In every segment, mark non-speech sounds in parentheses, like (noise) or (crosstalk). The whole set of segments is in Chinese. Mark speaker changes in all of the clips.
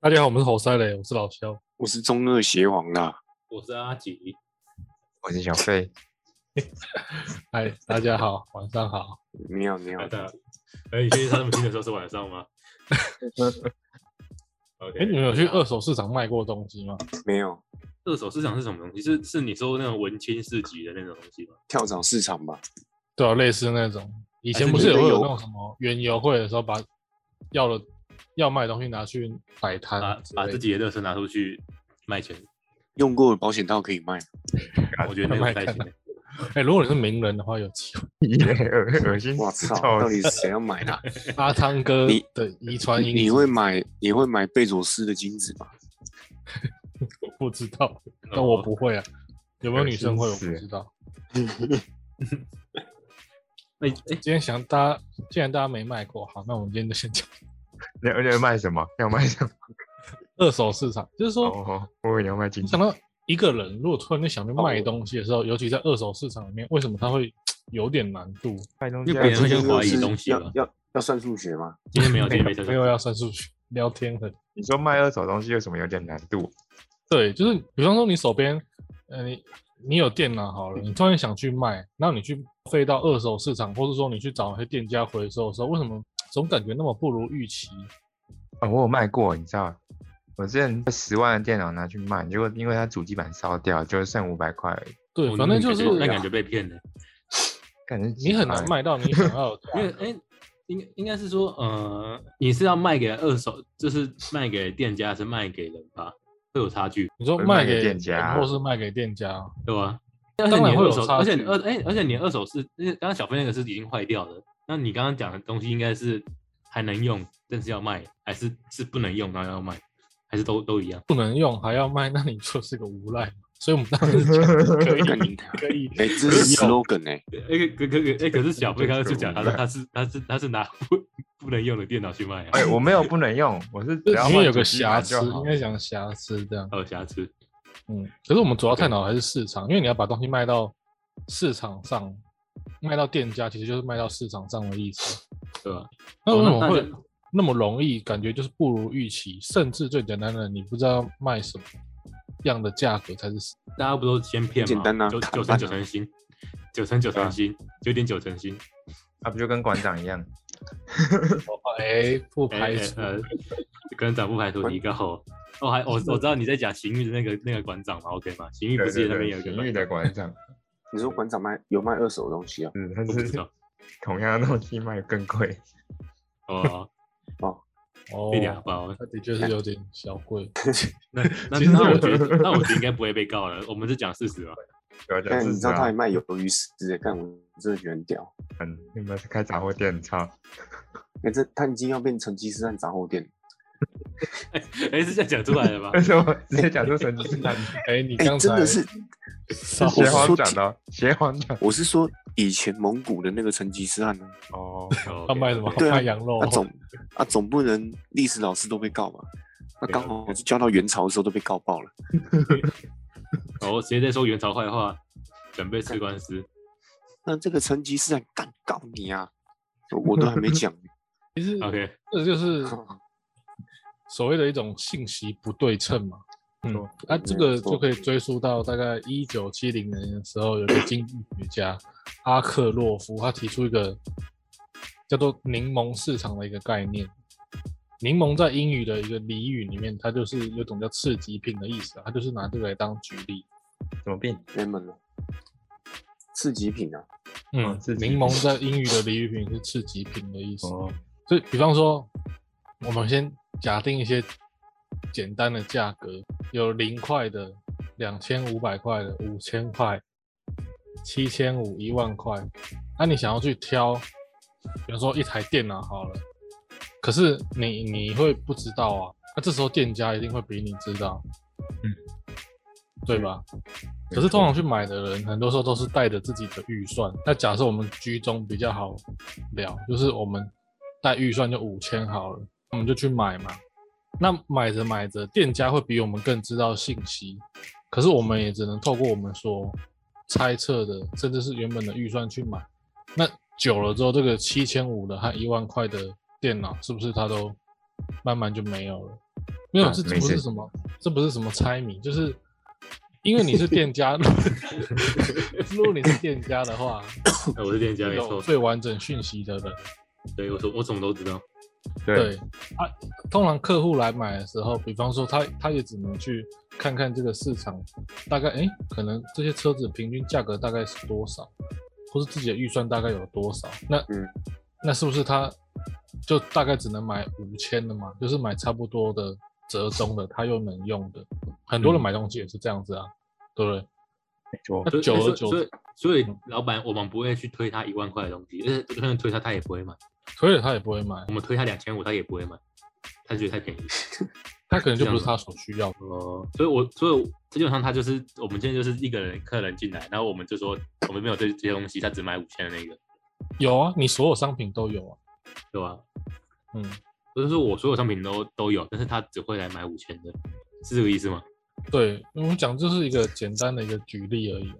Speaker 1: 大家好，我们是猴塞雷，我是老肖。
Speaker 2: 我是中二邪王啦，
Speaker 3: 我是阿吉，
Speaker 4: 我是小 (laughs) 费，
Speaker 1: 嗨，大家好， (laughs) 晚上好。
Speaker 2: 你好，你好
Speaker 3: 大，家。哎，你确定他们听的时候是晚上吗 (laughs) ？OK，
Speaker 1: 哎、你们有去二手市场卖过东西吗？
Speaker 2: 没有
Speaker 3: 二手市场是什么东西？是是你说那种文青市集的那种东西吗？
Speaker 2: 跳蚤市场吧？
Speaker 1: 对啊，类似那种，以前
Speaker 3: 还是
Speaker 1: 不是有
Speaker 2: 原
Speaker 1: 会有
Speaker 2: 油
Speaker 1: 那种什么原油会的时候，把要了要卖的东西拿去摆摊
Speaker 3: 把
Speaker 1: 啊之类的，
Speaker 3: 啊把自己的乐色拿出去卖钱，
Speaker 2: 用过的保险套可以卖，
Speaker 1: 啊 (laughs)
Speaker 3: 我觉得那个不太行。
Speaker 1: 哎、如果你是名人的话，有机
Speaker 3: (laughs)
Speaker 1: 会。
Speaker 4: 恶恶心，
Speaker 2: 我操，
Speaker 4: 操
Speaker 2: 到底是谁要买啦？
Speaker 1: 阿汤哥
Speaker 2: 你
Speaker 1: 的遗传因子
Speaker 2: 你会买你会买贝佐斯的精子吗？
Speaker 1: 不知
Speaker 3: 哦
Speaker 1: 道，但我不会啊。有没有女生会？我
Speaker 4: 恶
Speaker 1: 不
Speaker 4: 心死
Speaker 1: 知道。
Speaker 3: 哎哎，
Speaker 1: 今天想大家，既然大家没卖过，好，那我们今天就先讲
Speaker 4: 你要你要卖什么？要卖什么？
Speaker 1: 二手市场。就是说，
Speaker 4: 哦，我以为你要卖金
Speaker 1: 我
Speaker 4: 子
Speaker 1: 想，到一个人如果突然间想去卖
Speaker 2: 哦
Speaker 1: 东西的时候，尤其在二手市场里面，为什么他会有点难度？
Speaker 4: 卖东西
Speaker 3: 因为
Speaker 4: 啊要
Speaker 3: 别人会
Speaker 4: 金
Speaker 3: 先
Speaker 4: 子
Speaker 3: 怀疑东西
Speaker 2: 要
Speaker 3: 吗
Speaker 2: 要要算数学吗？
Speaker 3: 今天
Speaker 1: (laughs)
Speaker 3: 没有，今天没
Speaker 1: 没有要啊算数学聊天很
Speaker 4: 你说卖二手东西有什么有点难度？
Speaker 1: 对，就是比方说你手边，呃，你你有电脑好了，你突然想去卖，然后你去飞到二手市场，或者说你去找那些店家回收的时候，为什么总感觉那么不如预期？
Speaker 4: 哦，我有卖过，你知道，我之前十万的电脑拿去卖，结果因为它主机板烧掉，就剩五百块而已。
Speaker 1: 对，反正就是
Speaker 3: 哦
Speaker 1: 啊
Speaker 3: 那感觉被骗了，
Speaker 4: 感觉
Speaker 1: 你很难卖到你想要的价格，
Speaker 3: 因 (laughs) 为哎。应该应该是说，呃，你是要卖给二手，就是卖给店家，还是卖给人吧，会有差距，
Speaker 1: 你说
Speaker 4: 我是
Speaker 1: 卖
Speaker 4: 卖给
Speaker 1: 给
Speaker 4: 店家
Speaker 1: 人或是卖给店家，
Speaker 3: 对吧？
Speaker 1: 当
Speaker 3: 而且
Speaker 1: 然
Speaker 3: 你
Speaker 1: 会
Speaker 3: 二
Speaker 1: 有
Speaker 3: 手，
Speaker 1: 差
Speaker 3: 而且
Speaker 1: 距
Speaker 3: 你。二哎、而且你二手是，因为刚刚小飞那个是已经坏掉了，那你刚刚讲的东西应该是还能用，但是要卖，还是是不能用然后要卖，还是都都一样？
Speaker 1: 不能用还要卖，那你就是个无赖嘛。所以我们当时 (laughs) 讲可以可 (laughs) 以，
Speaker 2: 哎，这是 slogan 哎，
Speaker 3: 哎、可可可哎、可是小飞刚刚就讲，他说他是他是他是拿不不能用的电脑去卖、啊，
Speaker 4: 哎，我没有不能用，我是只要
Speaker 1: 因为
Speaker 4: 卖
Speaker 1: 有个
Speaker 4: 主机
Speaker 1: 瑕
Speaker 4: 板
Speaker 1: 疵，
Speaker 4: 就好
Speaker 1: 应。该讲瑕疵这样。
Speaker 3: 还有瑕疵。
Speaker 1: 嗯，可是我们主要探讨的还是市场，因为你要把东西卖到市场上，卖到店家，其实就是卖到市场上的意思，
Speaker 3: 对吧？
Speaker 1: 那为什
Speaker 3: 那
Speaker 1: 么
Speaker 3: 那
Speaker 1: 会
Speaker 3: 就
Speaker 1: 那么容易？感觉就是不如预期，甚至最简单的，你不知道卖什么样的价格才是实。
Speaker 3: 大家不都先骗吗？
Speaker 2: 简单啊
Speaker 3: 九
Speaker 2: 砍
Speaker 3: 九成
Speaker 2: 半
Speaker 3: 九成新，九成九成新，九点九成新。
Speaker 4: 啊，不就跟馆长一样？
Speaker 1: 哎，不
Speaker 3: 哎
Speaker 1: 排除
Speaker 3: 哎呃， (laughs) 跟长不排除你一个吼。我还我我知道你在讲邢玉的那个那个馆长嘛，OK 吗？邢玉不
Speaker 4: 对
Speaker 3: 是
Speaker 4: 对
Speaker 3: 也那边有
Speaker 4: 对，
Speaker 3: 一个
Speaker 4: 情
Speaker 3: 馆
Speaker 4: 欲
Speaker 3: 长
Speaker 4: 的馆长，
Speaker 2: 你说馆长卖有卖二手的东西啊？
Speaker 4: 嗯，他
Speaker 3: 我不
Speaker 4: 是
Speaker 3: 知道
Speaker 4: 同样的东西卖更贵。 (laughs)
Speaker 3: 哦，
Speaker 1: 哦
Speaker 3: 被，两包。
Speaker 1: 那的确是有点小贵。
Speaker 3: 那那
Speaker 1: 其实
Speaker 3: 那
Speaker 1: 我
Speaker 3: 我觉得那我觉得应该不会被告了。我们是讲事实吧？
Speaker 4: 对啊，就
Speaker 2: 但
Speaker 4: 是
Speaker 2: 你知道
Speaker 4: 这
Speaker 2: 他
Speaker 4: 样
Speaker 2: 还卖鱿鱼丝哎，看我真的觉得很屌。
Speaker 4: 嗯，你们是开杂货店，操！
Speaker 2: 哎，这他已经要变成吉思汗杂货店了，
Speaker 3: 哎，是这样讲出来的吧
Speaker 1: (laughs)
Speaker 4: (laughs) 为？什么直接讲出神经病？
Speaker 1: 哎，你
Speaker 2: 哎，
Speaker 1: 刚
Speaker 2: 真
Speaker 1: 才
Speaker 2: 的是
Speaker 4: 是
Speaker 1: 少
Speaker 4: 邪
Speaker 2: (laughs) 我
Speaker 4: 皇
Speaker 2: 说
Speaker 4: 讲的哦，邪皇讲
Speaker 2: 我是说以前蒙古的那个成吉思汗呢，
Speaker 4: 哦，
Speaker 3: 哦
Speaker 1: 他卖什么？
Speaker 2: 对啊
Speaker 1: 卖羊肉
Speaker 2: 啊？总啊总不能历史老师都被告吧？那
Speaker 3: 啊
Speaker 2: 刚好教到元朝的时候都被告爆了，
Speaker 3: 哦，谁在说元朝坏话？准备吃官司。
Speaker 2: 那这个成吉思汗敢告你啊？我都还没讲，
Speaker 3: (laughs)
Speaker 1: 其实
Speaker 3: OK，
Speaker 1: 这就是
Speaker 2: 嗯
Speaker 1: 所谓的一种信息不对称嘛。嗯，啊，这个就可以追溯到大概一九七零年的时候，有个经济学家阿克洛夫，他提出一个叫做“柠檬市场”的一个概念。柠檬在英语的一个俚语里面，它就是有种叫次级品的意思、啊，它就是拿这个来当举例。
Speaker 4: 什么病？
Speaker 2: 人们了，啊次级品啊，
Speaker 1: 嗯
Speaker 4: 哦次，级
Speaker 1: 柠
Speaker 4: 品
Speaker 1: 檬在英语的俚语品是次级品的意思。
Speaker 4: 哦，
Speaker 1: 所以，比方说，我们先假定一些简单的价格，有零块的、两千五百块的、五千块、七千五、一万块。那、你想要去挑，比如说一台电脑好了，可是你你会不知道啊，那这时候店家一定会比你知道，
Speaker 4: 嗯，
Speaker 1: 对吧？
Speaker 4: 没
Speaker 1: 可是通
Speaker 4: 错
Speaker 1: 常去买的人，很多时候都是带着自己的预算。那假设我们居中比较好聊，就是我们带预算就五千好了，我们就去买嘛。那买着买着，店家会比我们更知道信息，可是我们也只能透过我们所猜测的，甚至是原本的预算去买。那久了之后，这个七千五的和一万块的电脑，是不是它都慢慢就没有了？没有，
Speaker 4: 嗯
Speaker 1: 这这
Speaker 4: 没
Speaker 1: 不是
Speaker 4: 事
Speaker 1: 什么，这不是什么猜谜，就是因为你是店家，如果你是店家的话，
Speaker 3: 哎我是店家没
Speaker 1: 有
Speaker 3: 错，
Speaker 1: 最完整讯息的人。
Speaker 3: 对我什我什么都知道。
Speaker 1: 对，啊，通常客户来买的时候，比方说他他也只能去看看这个市场，大概诶，可能这些车子平均价格大概是多少，或是自己的预算大概有多少，那、
Speaker 2: 嗯
Speaker 1: 那是不是他就大概只能买五千的嘛？就是买差不多的折中的，他又能用的。很多人
Speaker 3: 嗯
Speaker 1: 买东西也是这样子啊，对不对？
Speaker 4: 没错
Speaker 1: 那，
Speaker 3: 所以
Speaker 1: 久而
Speaker 3: 所以
Speaker 1: 久
Speaker 3: 所以所以老板我们不会去推他一万块的东西，就是就算推他他也不会买，
Speaker 1: 所以他也不会买
Speaker 3: 我，们推他两千五他也不会买，他觉得太便宜。
Speaker 1: 他可能就不是他所需要的。
Speaker 3: 哦，所以我所以我基本上他就是我们今天就是一个人客人进来，然后我们就说我们没有这这些东西，他只买五千的那个，
Speaker 1: 有啊，你所有商品都有啊，
Speaker 3: 对吧？
Speaker 1: 嗯，
Speaker 3: 就是说我所有商品都都有，但是他只会来买五千的，是这个意思吗？
Speaker 1: 对，我们讲就是一个简单的一个举例而已啊、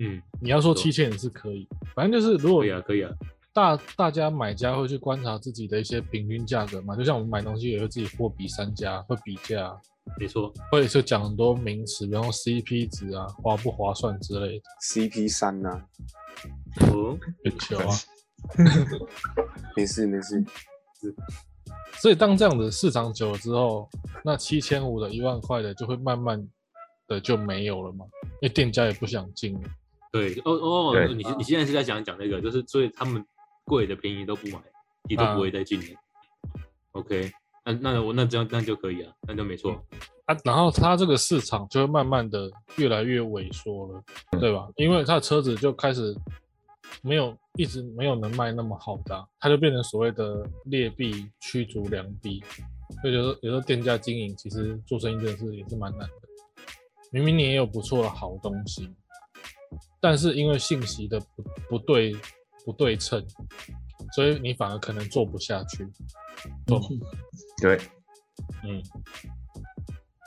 Speaker 3: 嗯，
Speaker 1: 你要说
Speaker 3: 对
Speaker 1: 七千也是可以，反正就是如果
Speaker 3: 可以啊，可以啊，
Speaker 1: 大大家买家会去观察自己的一些平均价格嘛，就像我们买东西也会自己货比三家，会比价，啊
Speaker 3: 没错，
Speaker 1: 或者是讲很多名词，然后 CP 值啊，划不划算之类的，
Speaker 2: CP 三啊呐、
Speaker 3: 哦，
Speaker 1: 很球啊。
Speaker 2: 没事没事，
Speaker 3: 嗯
Speaker 1: 所以当这样子市场久了之后，那七千五的、一万块的就会慢慢的就没有了嘛，因为店家也不想进了。
Speaker 3: 对，哦哦，
Speaker 4: 对
Speaker 3: 你你现在是在想讲那个，就是所以他们贵的便宜都不买，也都不会再进的。OK，那那我那这样那就可以啊，那就没错，
Speaker 1: 啊，然后它这个市场就会慢慢的越来越萎缩了，对吧？因为它的车子就开始没有一直没有能卖那么好的啊、它就变成所谓的劣币驱逐良币。所以有时候有时候店家经营其实做生意真的是也是蛮难的，明明你也有不错的好东西，但是因为信息的不不对不对称，所以你反而可能做不下去，懂吗？
Speaker 4: 对，
Speaker 1: 嗯，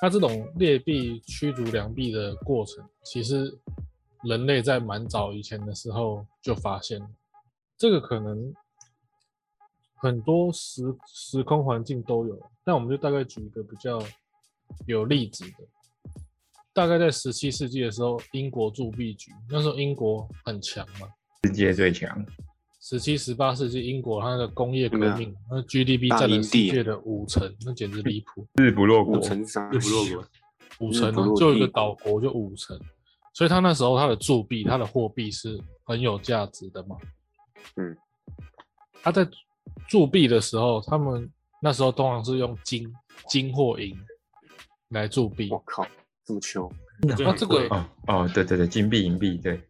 Speaker 1: 那这种劣币驱逐良币的过程，其实人类在蛮早以前的时候就发现了，这个可能很多时时空环境都有。那我们就大概举一个比较有例子的，大概在十七世纪的时候，英国铸币局，那时候英国很强嘛，
Speaker 4: 世界最强，
Speaker 1: 十七、十八世纪英国它的工业革
Speaker 2: 对啊
Speaker 1: 命，那 GDP
Speaker 2: 大
Speaker 1: 占了
Speaker 2: 英
Speaker 1: 世
Speaker 2: 帝啊
Speaker 1: 界的五成，那简直离谱。
Speaker 4: 日不落国
Speaker 2: 五，成三，
Speaker 3: 日不嗯落国。
Speaker 1: 五
Speaker 2: 日
Speaker 1: 成、
Speaker 2: 不
Speaker 1: 啊，
Speaker 2: 落
Speaker 1: 就有一
Speaker 2: 帝
Speaker 1: 个岛国就五成，所以他那时候他的铸币、他的货币是很有价值的嘛。
Speaker 2: 嗯，
Speaker 1: 他在铸币的时候，他们那时候通常是用金、金或银来铸币。
Speaker 2: 我靠，这么穷，
Speaker 1: 那这个
Speaker 4: 哦哦，对对对，金币银币，对，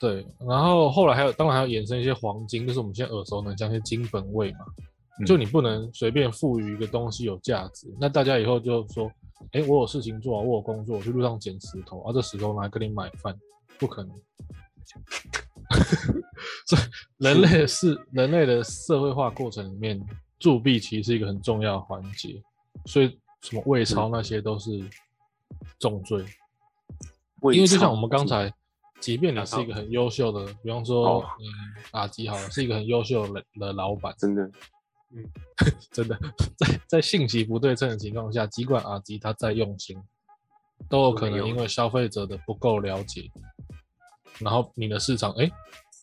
Speaker 1: 对，然后后来还有，当然还有衍生一些黄金，就是我们现在耳熟能详一些金本位嘛。
Speaker 4: 嗯
Speaker 1: 就你不能随便赋予一个东西有价值，那大家以后就说，哎，我有事情做啊，我有工作，我去路上捡石头，啊，这石头拿来跟你买饭，不可能。 (laughs) 所以人类的是人类的社会化过程里面，铸币其实是一个很重要的环节，所以什么伪钞那些都是重罪。因为就像我们刚才，即便你是一个很优秀的，比方说，
Speaker 2: 哦
Speaker 1: 嗯，阿吉好了，是一个很优秀的的老板，
Speaker 2: 真的
Speaker 1: 真的在在信息不对称的情况下，尽管阿吉他再用心，都有可能因为消费者的不够了解，然后你的市场，哎，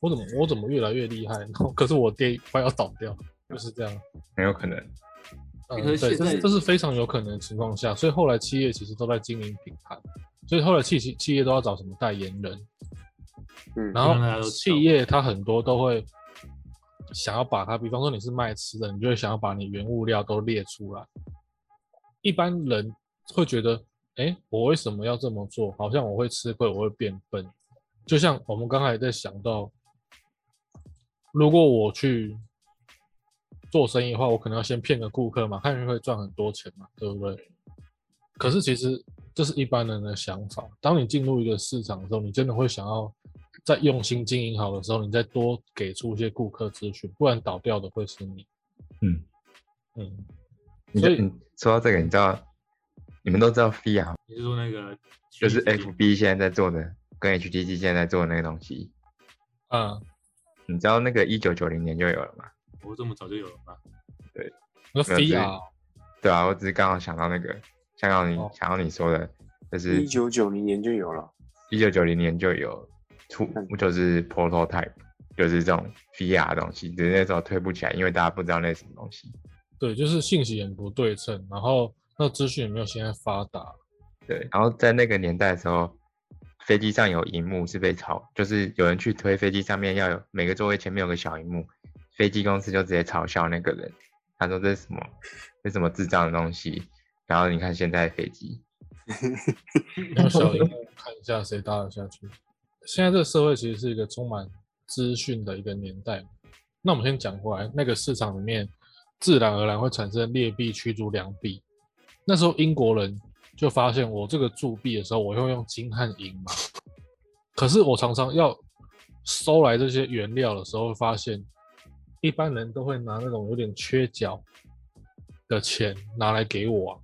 Speaker 1: 我怎么我怎么越来越厉害，然后可是我店快要倒掉，就是这样。
Speaker 4: 很有可能。
Speaker 1: 嗯，
Speaker 3: 可
Speaker 1: 对，
Speaker 3: 是现
Speaker 1: 这
Speaker 3: 在
Speaker 1: 是这是非常有可能的情况下，所以后来企业其实都在经营品牌，所以后来企企企业都要找什么代言人，
Speaker 2: 嗯
Speaker 1: 然
Speaker 3: 让大家
Speaker 1: 后
Speaker 3: 都知道
Speaker 1: 企业它很多都会想要把它，比方说你是卖吃的，你就会想要把你原物料都列出来。一般人会觉得，哎，我为什么要这么做？好像我会吃亏，我会变笨。就像我们刚才在想到，如果我去做生意的话，我可能要先骗个顾客嘛，看会赚很多钱嘛，对不对？可是其实这是一般人的想法。当你进入一个市场的时候，你真的会想要在用心经营好的时候，你再多给出一些顾客资讯，不然倒掉的会是你。
Speaker 4: 嗯，
Speaker 1: 嗯，
Speaker 4: 你
Speaker 1: 所
Speaker 4: 就
Speaker 1: 以
Speaker 4: 你说到这个，你知道，你们都知道 FIA
Speaker 3: 你是说那个
Speaker 4: 就是
Speaker 3: F
Speaker 4: FB 现在在做的，跟 HTC 现在在做的那个东西，
Speaker 1: 啊，
Speaker 4: 你知道那个一九九零年就有了嘛？
Speaker 3: 我这么早就有了吗？
Speaker 1: 那
Speaker 4: 没有
Speaker 1: VR，
Speaker 4: 对啊，我只是刚好想到那个，想到你、
Speaker 1: 哦
Speaker 4: 想到你说的，就是
Speaker 2: 一九九零年就有了，
Speaker 4: 一九九零年就有出
Speaker 2: 嗯，
Speaker 4: 就是 prototype，就是这种 VR 的东西，只是那时候推不起来，因为大家不知道那是什么东西。
Speaker 1: 对，就是信息很不对称，然后那资讯也没有现在发达，
Speaker 4: 对，然后在那个年代的时候，飞机上有荧幕是被炒，就是有人去推飞机上面要有每个座位前面有个小荧幕，飞机公司就直接嘲笑那个人，他说这是什么，这是什么智障的东西。然后你看现在的飞机，
Speaker 1: 然后小荧幕看一下谁搭得下去。现在这个社会其实是一个充满资讯的一个年代。那我们先讲过来，那个市场里面自然而然会产生劣币驱逐良币。那时候英国人就发现我这个铸币的时候，我会用金和银嘛，可是我常常要收来这些原料的时候，发现一般人都会拿那种有点缺角的钱拿来给我啊。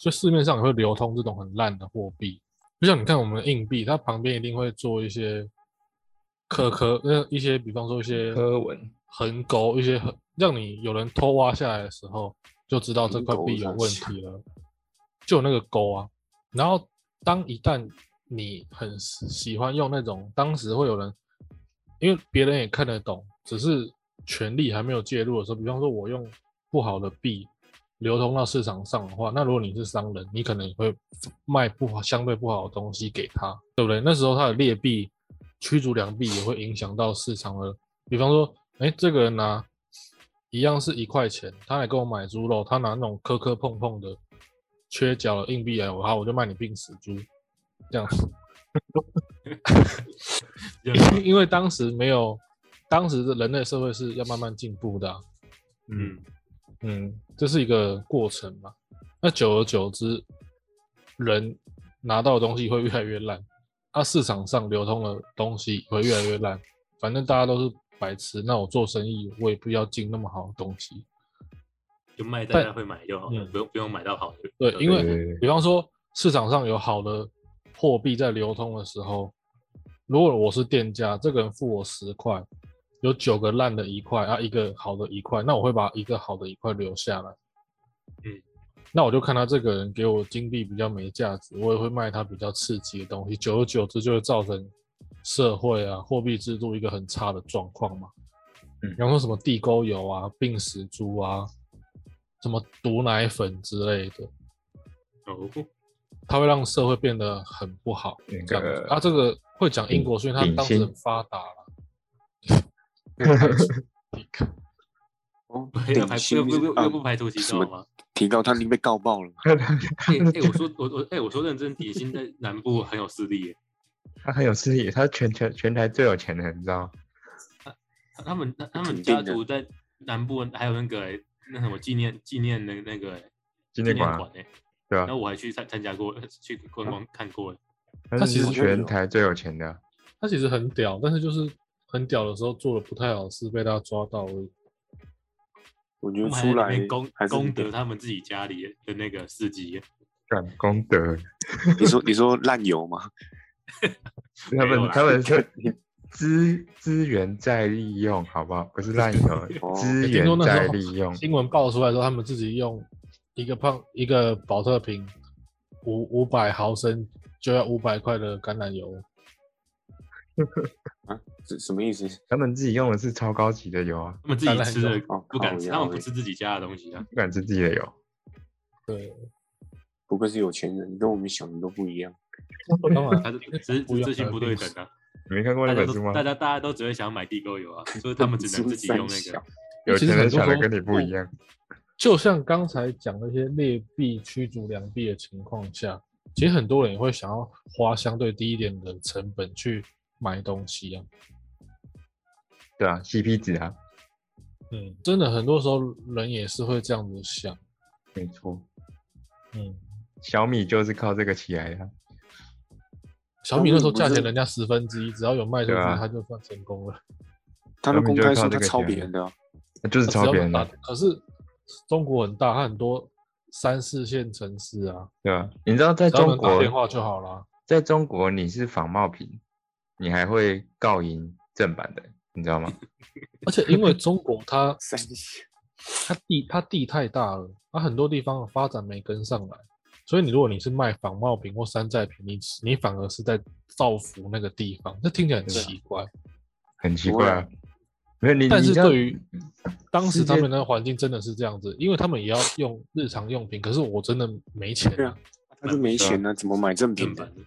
Speaker 1: 所以市面上也会流通这种很烂的货币，就像你看我们的硬币，它旁边一定会做一些可可呃一些，比方说一些
Speaker 4: 柯文
Speaker 1: 横沟，一些很让你有人偷挖下来的时候，就知道这块
Speaker 2: 横沟
Speaker 1: 币有
Speaker 2: 上
Speaker 1: 问
Speaker 2: 下
Speaker 1: 题了，就有那个沟啊。然后当一旦你很喜欢用那种，当时会有人，因为别人也看得懂，只是权力还没有介入的时候，比方说我用不好的币流通到市场上的话，那如果你是商人，你可能会卖不好相对不好的东西给他，对不对？那时候他的劣币驱逐良币也会影响到市场的，比方说，哎，这个人拿一样是一块钱，他来跟我买猪肉，他拿那种磕磕碰碰的缺角的硬币来，我好我就卖你病死猪，这样子。
Speaker 3: 就
Speaker 1: 因因为当时没有，当时的人类社会是要慢慢进步的啊、
Speaker 3: 嗯，
Speaker 1: 嗯，这是一个过程嘛。那久而久之，人拿到的东西会越来越烂，啊，市场上流通的东西会越来越烂。反正大家都是白痴，那我做生意我也不要进那么好的东西。
Speaker 3: 就卖大家会买就好了，
Speaker 1: 嗯
Speaker 3: 不用不用买到好的。
Speaker 1: 对，因
Speaker 4: 对
Speaker 1: 为
Speaker 4: 对对
Speaker 1: 比方说市场上有好的货币在流通的时候，如果我是店家，这个人付我十块，有九个烂的一块啊，一个好的一块，那我会把一个好的一块留下来。
Speaker 3: 嗯，
Speaker 1: 那我就看他这个人给我金币比较没价值，我也会卖他比较刺激的东西，久而久之就会造成社会啊货币制度一个很差的状况嘛。
Speaker 4: 嗯
Speaker 1: 比方说什么地沟油啊、病死猪啊、什么毒奶粉之类的，
Speaker 3: 哦，
Speaker 1: 它会让社会变得很不好。
Speaker 4: 那
Speaker 1: 这样子
Speaker 4: 个
Speaker 1: 啊，这个会讲英国，所以它
Speaker 4: 领
Speaker 1: 当时
Speaker 4: 先
Speaker 1: 很发达了。
Speaker 4: (laughs)
Speaker 1: 你看
Speaker 2: 哦，
Speaker 3: 又
Speaker 2: 顶
Speaker 3: 排
Speaker 2: 薪
Speaker 3: 又不又
Speaker 2: 啊
Speaker 3: 又不排除其
Speaker 2: 什
Speaker 3: 中
Speaker 2: 么
Speaker 3: 好吗？
Speaker 2: 提高他已经被告爆了，
Speaker 1: 啊
Speaker 3: 哎哎，我说我我哎，我说认真，底薪在南部很有势力耶，
Speaker 4: (laughs) 他很有势力，他是全全全台最有钱的，你知道吗？
Speaker 3: 他他们他他
Speaker 2: 肯
Speaker 3: 们
Speaker 2: 定
Speaker 3: 家
Speaker 2: 的
Speaker 3: 族在南部还有那个哎那什么纪念纪念那个那个哎
Speaker 4: 纪念馆啊
Speaker 3: 馆哎，
Speaker 4: 对吧、
Speaker 3: 然后我还去参参加过，去观光看过哎。
Speaker 4: 他
Speaker 1: 他
Speaker 4: 是
Speaker 1: 其实
Speaker 4: 全台最有钱的，啊
Speaker 1: 它其实很屌，但是就是很屌的时候做的不太好的事被大家抓到而已。
Speaker 2: 我觉
Speaker 3: 他
Speaker 2: 得出
Speaker 3: 们还在那
Speaker 2: 来
Speaker 3: 边功
Speaker 2: 还是
Speaker 3: 功德他们自己家里的那个事迹，
Speaker 4: 干功德。
Speaker 2: 你说你说烂油吗？ (laughs)
Speaker 4: 他
Speaker 3: 没有
Speaker 4: 们
Speaker 3: 啦
Speaker 4: 他们是资资源再利用，好不好？不是滥用，
Speaker 2: 哦
Speaker 4: 资
Speaker 1: 听说
Speaker 4: 源
Speaker 1: 那时
Speaker 4: 再
Speaker 1: 候
Speaker 4: 利用。
Speaker 1: 新闻爆出来说，他们自己用一个胖一个保特瓶五五百毫升就要五百块的橄榄油，
Speaker 2: 这什么意思？
Speaker 4: 他们自己用的是超高级的油啊，
Speaker 3: 他们自己吃的
Speaker 2: 哦
Speaker 3: 不敢吃，
Speaker 2: 靠
Speaker 3: 他
Speaker 2: 腰
Speaker 3: 们不吃自己家的东西啊。
Speaker 4: 不敢吃自己的油。
Speaker 1: 对，
Speaker 2: 不愧是有钱人，跟我们想的都不一样。
Speaker 1: 当
Speaker 2: 嗯
Speaker 4: (laughs)
Speaker 1: 然
Speaker 3: 他是资
Speaker 1: 不一样
Speaker 3: 资讯不对等啊，
Speaker 4: 你没看过
Speaker 3: 大
Speaker 4: 那
Speaker 3: 家
Speaker 4: 本书
Speaker 3: 都
Speaker 4: 吗
Speaker 3: 大？家大家都只会想买地沟
Speaker 1: (laughs)
Speaker 3: 油啊，所以他们只能自己用那个。
Speaker 4: 有
Speaker 1: 其
Speaker 4: 钱
Speaker 1: 实
Speaker 4: 人
Speaker 1: 很多
Speaker 4: 想的
Speaker 1: 时候
Speaker 4: 跟你不一样。
Speaker 1: 就像刚才讲那些劣币驱逐良币的情况下，其实很多人也会想要花相对低一点的成本去买东西啊。
Speaker 4: 对啊，CP 值啊，
Speaker 1: 嗯，真的很多时候人也是会这样子想。
Speaker 4: 没错。
Speaker 1: 嗯，
Speaker 4: 小米就是靠这个起来的啊。
Speaker 1: 小米那时候
Speaker 2: 小
Speaker 1: 价
Speaker 2: 米不是
Speaker 1: 钱人家十分之一，只要有卖出去，
Speaker 4: 对啊
Speaker 1: 他就算成功了。
Speaker 2: 他
Speaker 4: 他
Speaker 2: 们
Speaker 4: 们
Speaker 2: 公
Speaker 4: 就
Speaker 2: 开说
Speaker 4: 靠这
Speaker 2: 他
Speaker 4: 个
Speaker 2: 抄
Speaker 4: 钱
Speaker 2: 别人的啊，
Speaker 4: 那就是
Speaker 1: 只
Speaker 4: 抄
Speaker 1: 要
Speaker 4: 别人
Speaker 1: 打
Speaker 4: 的，
Speaker 1: 可是中国很大，它很多三四线城市啊，
Speaker 4: 对吧、你知道在
Speaker 1: 只要
Speaker 4: 中
Speaker 1: 能打
Speaker 4: 国
Speaker 1: 电话就好啦。
Speaker 4: 在中国你是仿冒品，你还会告赢正版的，你知道吗？
Speaker 1: 而且因为中国它 (laughs)
Speaker 2: 三小
Speaker 1: 它地它地太大了，它很多地方的发展没跟上来，所以你如果你是卖仿冒品或山寨品，你你反而是在造福那个地方，这听起来很奇怪。
Speaker 4: 很奇
Speaker 2: 不会
Speaker 4: 怪啊。没有啊你，
Speaker 1: 但
Speaker 4: 你
Speaker 1: 是
Speaker 4: 这样
Speaker 1: 对于嗯当时
Speaker 4: 世界
Speaker 1: 他们那个环境真的是这样子，因为他们也要用日常用品，可是我真的没钱、
Speaker 2: 对啊他就
Speaker 4: 嗯
Speaker 2: 没钱了，怎么买正
Speaker 3: 正
Speaker 2: 品的？
Speaker 3: 版的，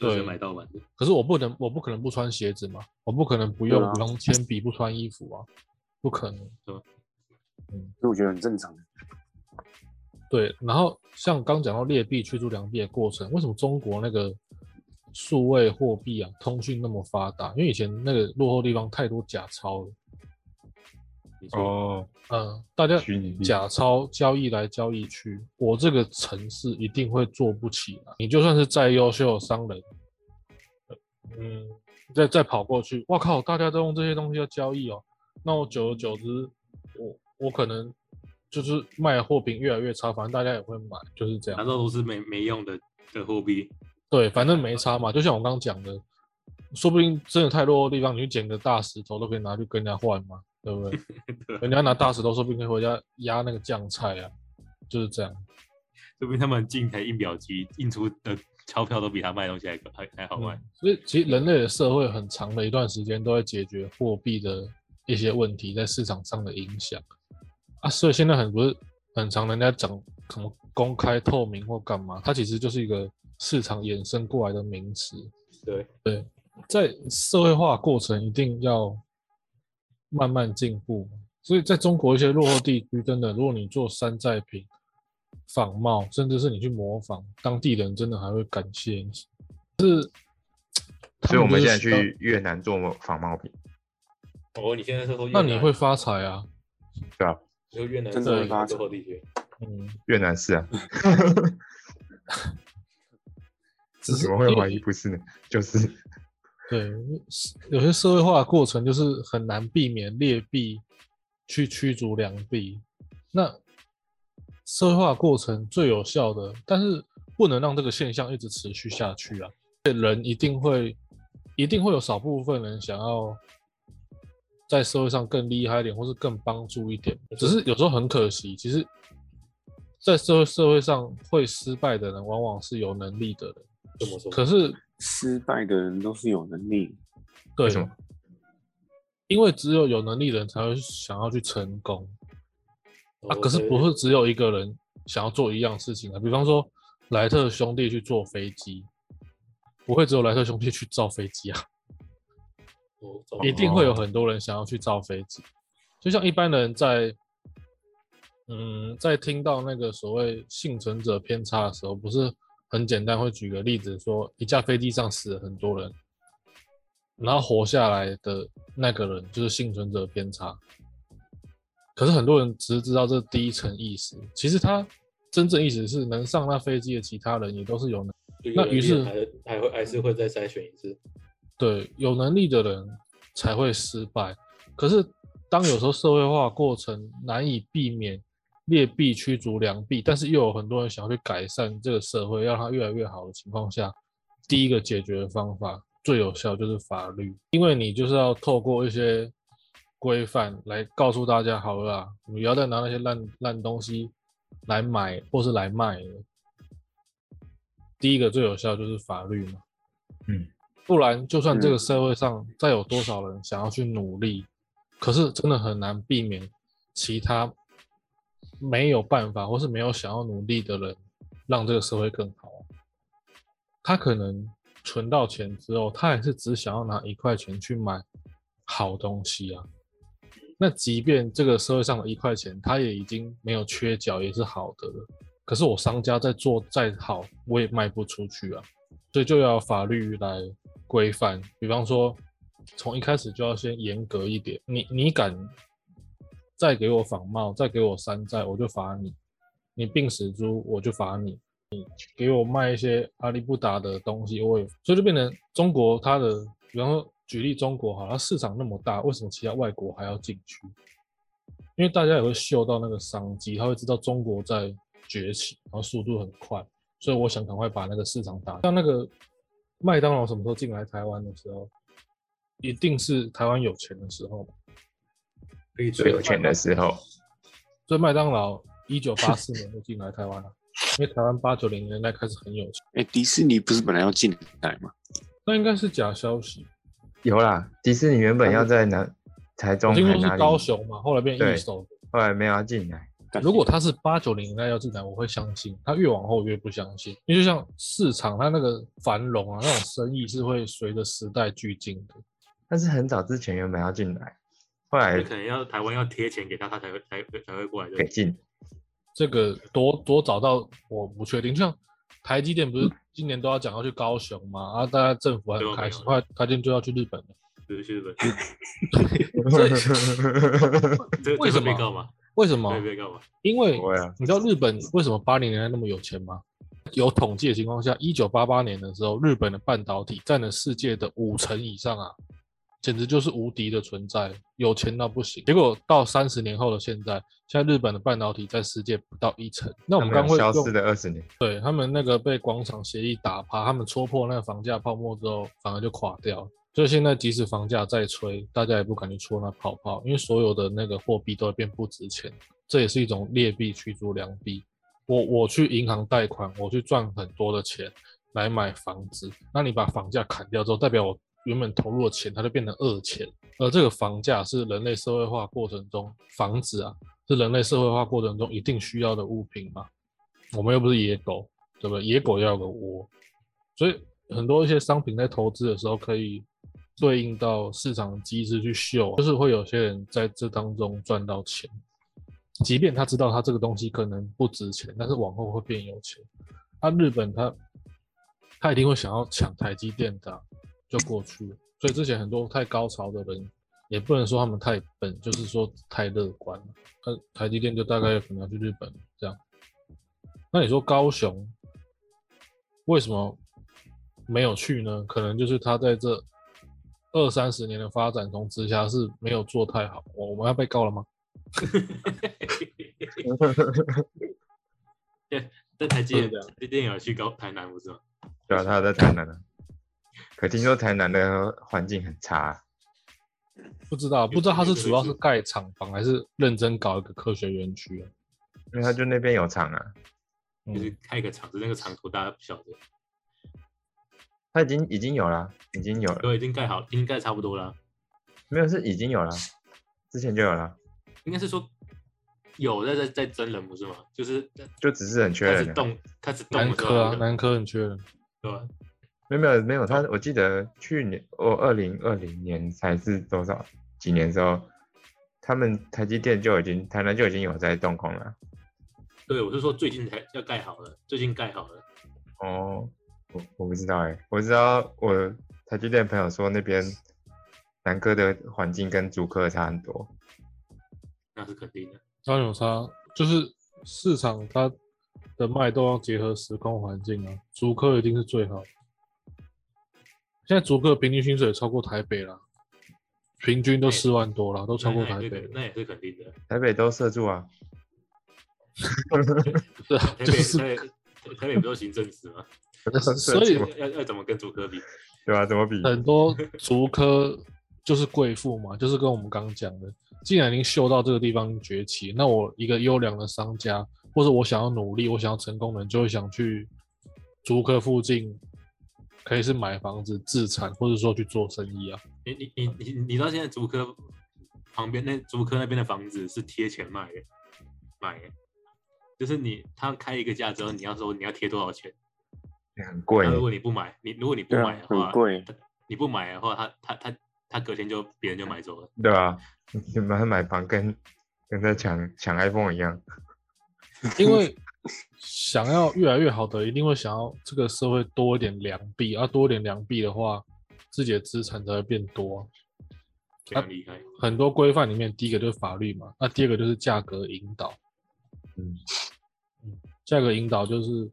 Speaker 3: 都是买盗版的。
Speaker 1: 可是我不能，我不可能不穿鞋子嘛，我不可能不用
Speaker 2: 对啊
Speaker 1: 普通铅笔不穿衣服啊，不可能。
Speaker 2: 所以我觉得很正常。
Speaker 1: 对，然后像刚讲到劣币驱逐良币的过程，为什么中国那个数位货币啊，通讯那么发达？因为以前那个落后地方太多假钞了，
Speaker 3: 没错，
Speaker 4: 哦，
Speaker 1: 嗯、大家
Speaker 4: 虚拟币
Speaker 1: 假钞交易来交易去，我这个城市一定会做不起啊来。你就算是再优秀的商人，呃嗯，再再跑过去，哇靠，大家都用这些东西要交易哦，那我久而久之，我我可能就是卖的货品越来越差，反正大家也会买，就是这样
Speaker 3: 拿。到都是没没用的的货币，
Speaker 1: 对，反正没差嘛。就像我刚刚讲的，说不定真的太落后的地方，你去捡个大石头都可以拿去跟人家换嘛，对不对？人家拿大石头，说不定可以回家压那个酱菜啊，就是这样。
Speaker 3: 说不定他们进台印表机印出的钞票都比他卖的东西还还还好卖
Speaker 1: 嗯。所以其实人类的社会很长的一段时间都在解决货币的一些问题在市场上的影响啊，所以现在很不是很常人家讲什么公开透明或干嘛，它其实就是一个市场衍生过来的名词。
Speaker 3: 对
Speaker 1: 对，在社会化过程一定要慢慢进步嘛，所以在中国一些落后地区，真的如果你做山寨品。仿冒，甚至是你去模仿，当地人真的还会感谢你。可是，
Speaker 4: 所以我们
Speaker 1: 他
Speaker 4: 现
Speaker 1: 就
Speaker 4: 在
Speaker 1: 是需要
Speaker 4: 去越南做仿冒品，
Speaker 3: 哦，你现在是说越
Speaker 1: 那
Speaker 3: 南
Speaker 1: 你会发财啊。
Speaker 4: 对吧？
Speaker 3: 说越南
Speaker 2: 真的
Speaker 3: 是
Speaker 2: 会发
Speaker 3: 落后地区？
Speaker 1: 嗯，
Speaker 4: 越南是啊，
Speaker 1: 只是
Speaker 4: 怎么会怀疑不是呢？就是
Speaker 1: 对，有些社会化的过程就是很难避免劣币去驱逐良币。那社会化的过程最有效的，但是不能让这个现象一直持续下去啊！人一定会，一定会有少部分人想要在社会上更厉害一点，或是更帮助一点。只是有时候很可惜，其实，在社会社会上会失败的人，往往是有能力的人。
Speaker 3: 这么说？
Speaker 1: 可是
Speaker 2: 失败的人都是有能力，
Speaker 1: 对
Speaker 4: 为什么，
Speaker 1: 因为只有有能力的人才会想要去成功啊。
Speaker 3: 哦
Speaker 1: 可是
Speaker 3: 对
Speaker 1: 不是只有一个人想要做一样事情啊？比方说莱特兄弟去做飞机，不会只有莱特兄弟去造飞机啊，
Speaker 3: 哦糟糕
Speaker 1: 一定会有很多人想要去造飞机。就像一般人在，嗯，在听到那个所谓幸存者偏差的时候，不是很简单会举个例子说，一架飞机上死了很多人，然后活下来的那个人就是幸存者偏差。可是很多人只是知道这第一层意思，其实他真正意思是能上那飞机的其他人也都是有能
Speaker 3: 就有
Speaker 1: 那
Speaker 3: 能
Speaker 1: 于
Speaker 3: 力
Speaker 1: 是
Speaker 3: 还还会还是会再筛选一次。
Speaker 1: 对，有能力的人才会失败。可是，当有时候社会化过程难以避免劣币驱逐良币，但是又有很多人想要去改善这个社会，让它越来越好的情况下，第一个解决的方法最有效就是法律，因为你就是要透过一些规范来告诉大家，好了啦，你不要再拿那些烂烂东西来买或是来卖了。第一个最有效就是法律嘛。不然，就算这个社会上再有多少人想要去努力，可是真的很难避免其他没有办法或是没有想要努力的人，让这个社会更好。他可能存到钱之后，他还是只想要拿一块钱去买好东西啊。那即便这个社会上的一块钱，他也已经没有缺角，也是好的了。可是我商家再做再好，我也卖不出去啊。所以就要法律来规范，比方说从一开始就要先严格一点，你你敢再给我仿冒，再给我山寨，我就罚你；你病死猪，我就罚你；你给我卖一些阿里不达的东西，我也所以就变成中国它的，比方说举例中国好，它市场那么大，为什么其他外国还要进去？因为大家也会嗅到那个商机，他会知道中国在崛起，然后速度很快。所以我想赶快把那个市场打开。像那个麦当劳什么时候进来台湾的时候，一定是台湾有钱的时候嘛。
Speaker 3: 可以
Speaker 4: 最有钱的时候，
Speaker 1: 所以麦当劳一九八四年就进来台湾了，因为台湾八九零年代开始很有钱，
Speaker 2: 哎，迪士尼不是本来要进来吗？
Speaker 1: 那应该是假消息。
Speaker 4: 有啦，迪士尼原本要在南台
Speaker 1: 我
Speaker 4: 中
Speaker 1: 听
Speaker 4: 还
Speaker 1: 说
Speaker 4: 哪
Speaker 1: 是
Speaker 4: 里，
Speaker 1: 高雄嘛，后来变
Speaker 4: 对
Speaker 1: 一手。
Speaker 4: 后来没有要进来。
Speaker 2: 感觉
Speaker 1: 如果他是八九零年代要进来，我会相信；他越往后越不相信，因为就像市场它那个繁荣啊，那种生意是会随着时代俱进的。
Speaker 4: 但是很早之前原本要进来，后
Speaker 3: 那
Speaker 4: 来
Speaker 3: 可能要台湾要贴钱给他，他才会才才会过来
Speaker 4: 给
Speaker 3: 的。
Speaker 4: 进。
Speaker 1: 这个多多找到我不确定，就像台积电不是今年都要讲要去高雄嘛，啊，大家政府还很开心，
Speaker 3: 对
Speaker 1: 后来台积电就要去日本了。
Speaker 3: 比如去日本，
Speaker 1: (laughs)
Speaker 3: 这
Speaker 1: 为
Speaker 3: 这
Speaker 1: 什么
Speaker 3: 会被告吗？
Speaker 1: 为什么
Speaker 3: 会？被告吗？
Speaker 1: 因为
Speaker 4: 不会啊，
Speaker 1: 你知道日本为什么八零年代那么有钱吗？有统计的情况下，一九八八年的时候，日本的半导体占了世界的五成以上啊，简直就是无敌的存在，有钱到不行。结果到三十年后的现在，现在日本的半导体在世界不到一成。那我
Speaker 4: 我
Speaker 1: 们刚会
Speaker 4: 消
Speaker 1: 用
Speaker 4: 失的二十年，
Speaker 1: 对他们那个被广场协议打趴，他们戳破那个房价泡沫之后，反而就垮掉了。所以现在即使房价再吹，大家也不敢去戳那泡泡，因为所有的那个货币都会变不值钱，这也是一种劣币驱逐良币。我我去银行贷款，我去赚很多的钱来买房子，那你把房价砍掉之后，代表我原本投入的钱，它就变成二钱。而这个房价是人类社会化过程中，房子啊是人类社会化过程中一定需要的物品嘛。我们又不是野狗，对不对？野狗要有个窝，所以很多一些商品在投资的时候可以对应到市场机制去秀，就是会有些人在这当中赚到钱，即便他知道他这个东西可能不值钱，但是往后会变有钱。他、日本他他一定会想要抢台积电的啊、就过去了。所以之前很多太高潮的人，也不能说他们太笨，就是说太乐观了。他台积电就大概可能要去日本这样。那你说高雄为什么没有去呢？可能就是他在这二三十年的发展中之下是没有做太好。我我们要被告了吗？
Speaker 3: 但台积电
Speaker 4: 嗯
Speaker 1: 是这
Speaker 3: 啊
Speaker 1: 样
Speaker 3: 台积电有去高台南不是吗？
Speaker 4: 对啊，他在台南啊。可听说台南的环境很差，啊
Speaker 1: 不知道，不知道他是主要
Speaker 3: 有
Speaker 1: 是
Speaker 3: 有
Speaker 1: 盖厂房，还是认真搞一个科学园区啊？
Speaker 4: 因为他就那边有厂啊，
Speaker 3: 就是
Speaker 1: 嗯，
Speaker 3: 开一个厂子，那个厂图大家不晓得，
Speaker 4: 他已经已经有了，已经有了，
Speaker 3: 都已经盖好，已经盖差不多了。
Speaker 4: 没有是已经有了，之前就有了，
Speaker 3: 应该是说有在在在真人不是吗？就是
Speaker 4: 就只是很缺
Speaker 3: 开始
Speaker 4: 人、啊。
Speaker 3: 动开始动
Speaker 1: 南
Speaker 3: 的时候
Speaker 1: 科啊，
Speaker 3: 那个
Speaker 1: 南科很缺人。
Speaker 3: 对吧？
Speaker 4: 没有没有没有，他我记得去年我二零二零年才是多少几年的时候，他们台积电就已经台南就已经有在动工了。
Speaker 3: 对，我是说最近才要盖好了，最近盖好了。
Speaker 4: 哦，我我不知道哎、我知道我台积电朋友说那边南科的环境跟竹科差很多，
Speaker 3: 那是肯定的。
Speaker 1: 当然有差，就是市场它的脉动要结合时空环境啊，竹科一定是最好的。现在竹科平均薪水超过台北了，平均都
Speaker 3: 哎
Speaker 1: 四万多了，都超过
Speaker 3: 那
Speaker 1: 台
Speaker 3: 那也
Speaker 1: 北
Speaker 3: 是肯
Speaker 1: 了。
Speaker 3: 那也是肯定的。
Speaker 4: 台北都社住
Speaker 1: (laughs)
Speaker 4: 啊，
Speaker 1: 是啊，(laughs)
Speaker 3: 台
Speaker 1: 就
Speaker 3: 北
Speaker 1: 是
Speaker 3: 台北台台北不都行政职
Speaker 4: (laughs)
Speaker 3: 吗？
Speaker 4: 都社
Speaker 1: 所以
Speaker 4: 畜
Speaker 3: 要要要怎么跟主科比？
Speaker 4: 对啊吧、怎么比？
Speaker 1: 很多竹科就是贵妇嘛，就是跟我们刚讲的，既然已经嗅到这个地方崛起，那我一个优良的商家，或者我想要努力，我想要成功的人，就会想去竹科附近，可以是买房子、自产，或者说去做生意啊。
Speaker 3: 你你你你你知道现在竹科旁边那竹科那边的房子是贴钱卖的，买的，就是你他开一个价之后，你要说你要贴多少钱，
Speaker 4: 很贵欸
Speaker 3: 那，如果你不买，你如果你不
Speaker 2: 对
Speaker 3: 买
Speaker 2: 啊
Speaker 3: 的，话
Speaker 2: 很，贵，
Speaker 3: 你不买的话，他他他他隔天就别人就买走了，
Speaker 4: 对吧、你们买房跟跟在抢抢 iPhone 一样，
Speaker 1: 因为想要越来越好的，一定会想要这个社会多一点良币，啊，多一点良币的话，自己的资产才会变多啊、
Speaker 3: 非常厉害。
Speaker 1: 很多规范里面，第一个就是法律嘛，那第二个就是价格引导。
Speaker 4: 嗯
Speaker 1: 嗯，价格引导就是，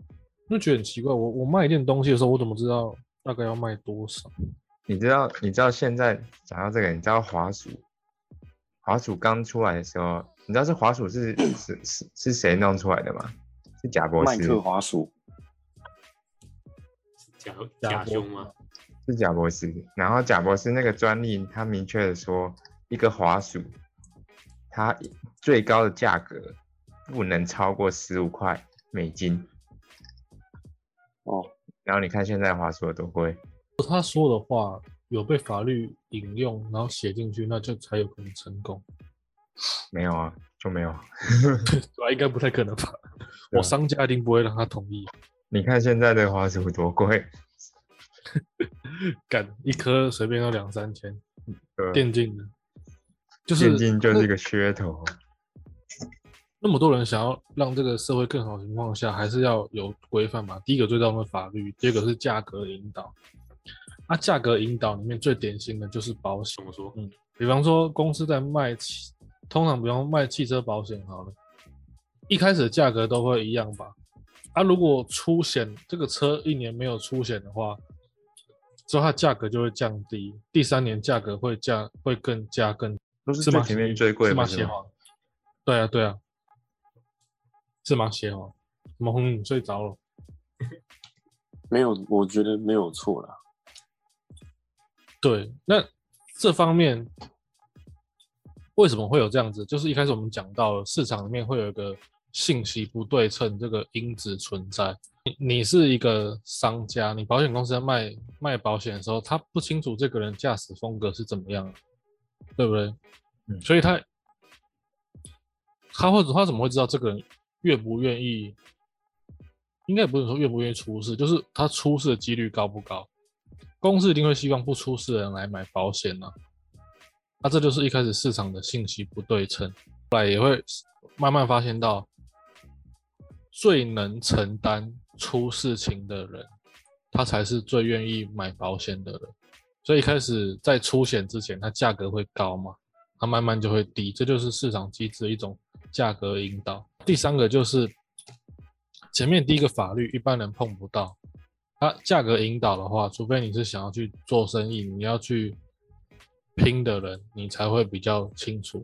Speaker 1: 就觉得很奇怪，我我卖一件东西的时候，我怎么知道大概要卖多少？
Speaker 4: 你知道，你知道现在讲到这个，你知道滑鼠，滑鼠刚出来的时候，你知道这滑鼠是是是是谁弄出来的吗？是贾博
Speaker 2: 麦
Speaker 4: 士，
Speaker 2: 克华鼠，
Speaker 3: 假假胸吗？？
Speaker 1: 嗯
Speaker 4: 是贾博士。然后贾博士那个专利，他明确的说，一个滑鼠，它最高的价格不能超过十五块美金。
Speaker 2: 哦，
Speaker 4: 然后你看现在华硕有多贵，
Speaker 1: 他说的话有被法律引用，然后写进去，那就才有可能成功。
Speaker 4: 没有啊，就没有啊。
Speaker 1: 对吧？应该不太可能吧？
Speaker 4: 对啊
Speaker 1: (laughs) 我商家一定不会让他同意。
Speaker 4: 你看现在的华硕多贵，
Speaker 1: 干一颗随便要两三千，
Speaker 4: 对吧
Speaker 1: 电竞的，就是
Speaker 4: 电竞就是一个噱头。
Speaker 1: 那么多人想要让这个社会更好的情况下，还是要有规范嘛。第一个最重要的法律，第二个是价格引导。啊，价格引导里面最典型的就是保险嗯
Speaker 3: 怎。么说？
Speaker 1: 比方说公司在卖汽，通常比方卖汽车保险好了，一开始的价格都会一样吧？啊，如果出险这个车一年没有出险的话，之后它价格就会降低，第三年价格会降会更加更
Speaker 4: 都是
Speaker 1: 是
Speaker 4: 最
Speaker 1: 吗？
Speaker 4: 前面最贵
Speaker 1: 是吗？
Speaker 4: 不是
Speaker 1: 协
Speaker 4: 吗
Speaker 1: 华？对啊对啊，是吗？协华？怎么红你睡着了？
Speaker 2: 没有，我觉得没有错啦。
Speaker 1: 对，那这方面为什么会有这样子？就是一开始我们讲到了市场里面会有一个信息不对称这个因子存在。你你是一个商家，你保险公司在卖卖保险的时候，他不清楚这个人驾驶风格是怎么样的，对不对？
Speaker 4: 嗯
Speaker 1: 所以他他或者他怎么会知道这个人愿不愿意？应该也不是说愿不愿意出事，就是他出事的几率高不高？公司一定会希望不出事的人来买保险呢、啊。那、这就是一开始市场的信息不对称，后来也会慢慢发现到，最能承担出事情的人，他才是最愿意买保险的人。所以一开始在出险之前，它价格会高嘛，它慢慢就会低，这就是市场机制的一种价格引导。第三个就是前面第一个法律一般人碰不到，它价格引导的话，除非你是想要去做生意，你要去拼的人，你才会比较清楚。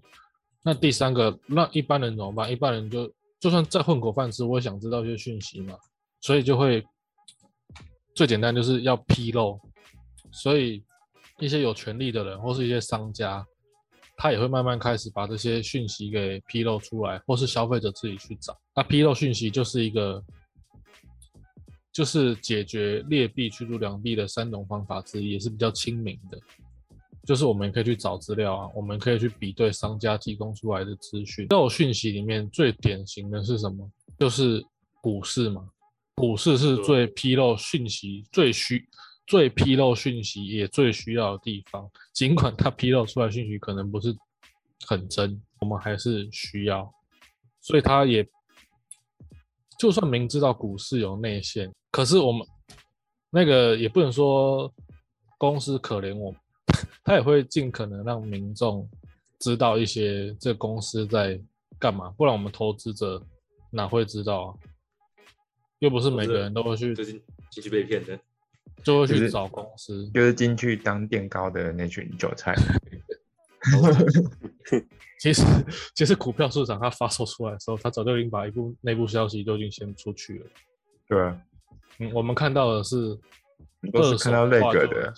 Speaker 1: 那第三个，那一般人怎么办？一般人就就算再混口饭吃，我也想知道一些讯息嘛，所以就会最简单就是要披露。所以一些有权利的人或是一些商家，他也会慢慢开始把这些讯息给披露出来，或是消费者自己去找。那披露讯息就是一个就是解决劣币驱逐良币的三种方法之一，也是比较亲民的。就是我们可以去找资料啊，我们可以去比对商家提供出来的资讯。这种讯息里面最典型的是什么？就是股市嘛。股市是
Speaker 3: 对
Speaker 1: 最披露讯息、最需、最披露讯息也最需要的地方。尽管它披露出来的讯息可能不是很真，我们还是需要，所以它也就算明知道股市有内线，可是我们那个也不能说公司可怜我们， (laughs) 他也会尽可能让民众知道一些这公司在干嘛，不然我们投资者哪会知道啊？又不是每个人都会去
Speaker 3: 最，近进去被骗的，
Speaker 1: 就会
Speaker 4: 就
Speaker 1: 去
Speaker 4: 是
Speaker 1: 找公司。
Speaker 4: 就是进去当垫高的那群韭菜。
Speaker 1: 其实， (laughs) 其实股票市场它发售出来的时候，它早就已经把一部内部消息都已经先出去了。
Speaker 4: 对啊，
Speaker 1: 嗯，我们看到的是
Speaker 4: 都是
Speaker 1: 二手
Speaker 4: 看到内
Speaker 1: 话
Speaker 4: 阁
Speaker 1: 就
Speaker 4: 的，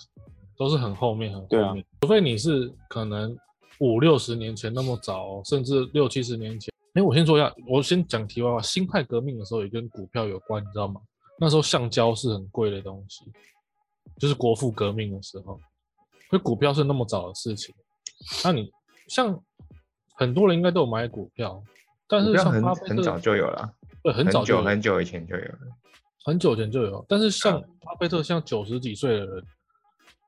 Speaker 1: 都是很后面很
Speaker 2: 对
Speaker 1: 后
Speaker 2: 啊
Speaker 1: 面，除非你是可能五六十年前那么早哦、甚至六七十年前。哎，我先说一下，我先讲题外话，辛亥革命的时候也跟股票有关，你知道吗？那时候橡胶是很贵的东西，就是国父革命的时候，所以股票是那么早的事情。那你像很多人应该都有买股票，但
Speaker 4: 股
Speaker 1: 是
Speaker 4: 票
Speaker 1: 像
Speaker 4: 很
Speaker 1: 巴菲特
Speaker 4: 很早就有了，
Speaker 1: 对，很早就
Speaker 4: 久
Speaker 1: 有
Speaker 4: 很久以前就有了。
Speaker 1: 很久前就有，但是像巴菲特像九十几岁的人，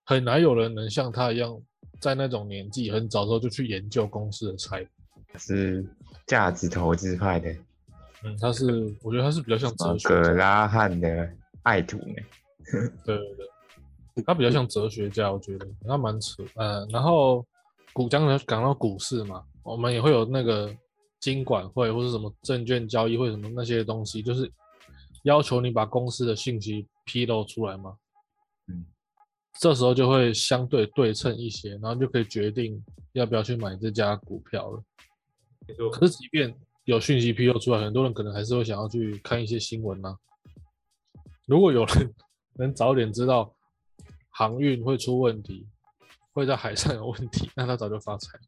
Speaker 1: 很难有人能像他一样，在那种年纪很早的时候就去研究公司的财务。
Speaker 4: 是价值投资派的，
Speaker 1: 嗯，他是，我觉得他是比较像哲学
Speaker 4: 葛
Speaker 1: 家，
Speaker 4: 拉汉的爱徒呢。
Speaker 1: 对对对，他比较像哲学家，我觉得他蛮扯。呃，然后股讲到讲到股市嘛，我们也会有那个金管会或是什么证券交易会什么那些东西，就是要求你把公司的信息披露出来嘛。
Speaker 4: 嗯，
Speaker 1: 这时候就会相对对称一些，然后就可以决定要不要去买这家股票了。
Speaker 3: 没错
Speaker 1: 可是即便有讯息披露出来，很多人可能还是会想要去看一些新闻呢、如果有人能早点知道航运会出问题，会在海上有问题，那他早就发财。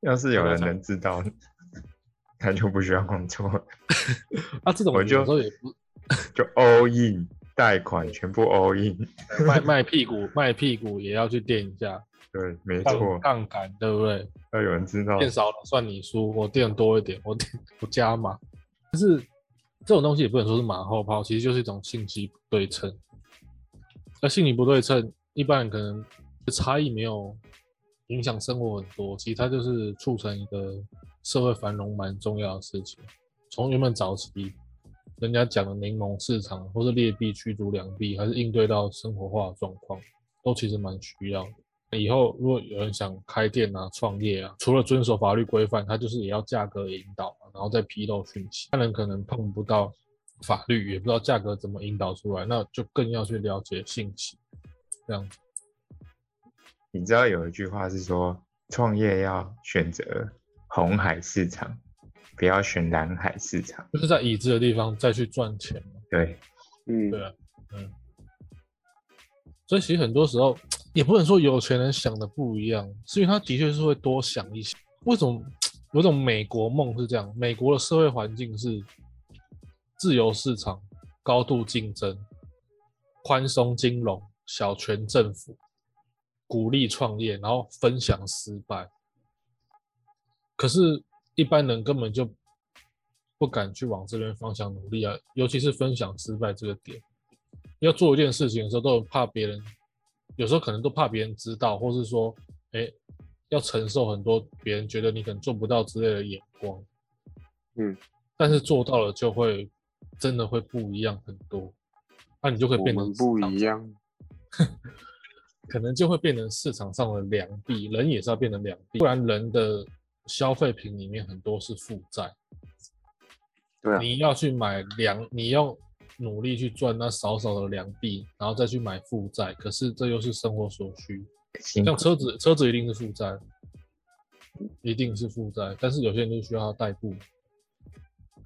Speaker 4: 要是有
Speaker 3: 葛
Speaker 4: 人
Speaker 3: 拉汉
Speaker 4: 能知道，他就不需要工作，
Speaker 1: 啊，这种
Speaker 4: 我
Speaker 1: 有
Speaker 4: 就
Speaker 1: 时候也不
Speaker 4: 就 all in 贷款全部 all in，
Speaker 1: 卖卖屁股，卖屁股也要去垫一下，
Speaker 4: 对，没错
Speaker 1: 杠，杠杆，对不对？
Speaker 4: 要有人知道，
Speaker 1: 垫少了算你输，我垫多一点，我垫我加码。但是这种东西也不能说是马后炮，其实就是一种信息不对称。那信息不对称，一般人可能差异没有影响生活很多，其实它就是促成一个社会繁荣蛮重要的事情。从原本早期人家讲的柠檬市场，或是劣币驱逐良币，还是应对到生活化的状况，都其实蛮需要的。以后如果有人想开店啊、创业啊，除了遵守法律规范，他就是也要价格引导嘛，然后再披露讯息。他人可能碰不到法律，也不知道价格怎么引导出来，那就更要去了解信息。这样子，
Speaker 4: 你知道有一句话是说，创业要选择红海市场，不要选蓝海市场。
Speaker 1: 就是在已知的地方再去赚钱嘛。
Speaker 4: 对，
Speaker 2: 嗯，
Speaker 1: 对啊，嗯。所以其实很多时候也不能说有钱人想的不一样，是因为他的确是会多想一些。为什么有种美国梦是这样？美国的社会环境是自由市场、高度竞争、宽松金融、小权政府，鼓励创业，然后分享失败。可是，一般人根本就不敢去往这边方向努力啊，尤其是分享失败这个点。要做一件事情的时候，都很怕别人，有时候可能都怕别人知道，或是说，哎，要承受很多别人觉得你可能做不到之类的眼光。
Speaker 2: 嗯，
Speaker 1: 但是做到了就会真的会不一样很多，那、你就会
Speaker 2: 我
Speaker 1: 变
Speaker 2: 们
Speaker 1: 成
Speaker 2: 不
Speaker 1: 市场
Speaker 2: 一样，
Speaker 1: 可能就会变成市场上的良币，人也是要变成良币，不然人的消费品里面很多是负债，
Speaker 2: 对啊，
Speaker 1: 你要去买良，你要努力去赚那少少的良币，然后再去买负债，可是这又是生活所需，
Speaker 4: 辛
Speaker 1: 像
Speaker 4: 苦
Speaker 1: 车子，车子一定是负债，一定是负债，但是有些人就需要代步，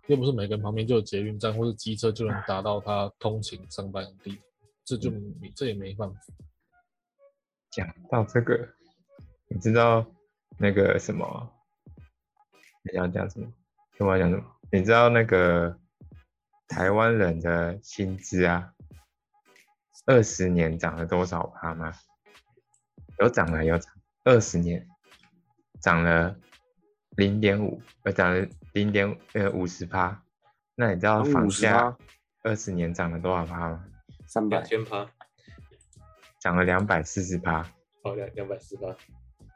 Speaker 1: 又不是每个人旁边就有捷运站或是机车就能达到他通勤上班的地，这就没这也没办法，
Speaker 4: 讲到这个，你知道那个什么？你要讲什么？我要讲什么？你知道那个台湾人的薪资啊，二十年涨了多少趴吗？有涨了，有涨，二十年涨了零点五，呃，涨了零点呃五十趴。那你知道
Speaker 2: 涨
Speaker 4: 房
Speaker 2: 50%
Speaker 4: 价二十年涨了多少趴吗？
Speaker 2: 三
Speaker 3: 两
Speaker 2: 百，
Speaker 3: 千趴，
Speaker 4: 涨了两百四十趴。
Speaker 3: 哦，两两百四趴，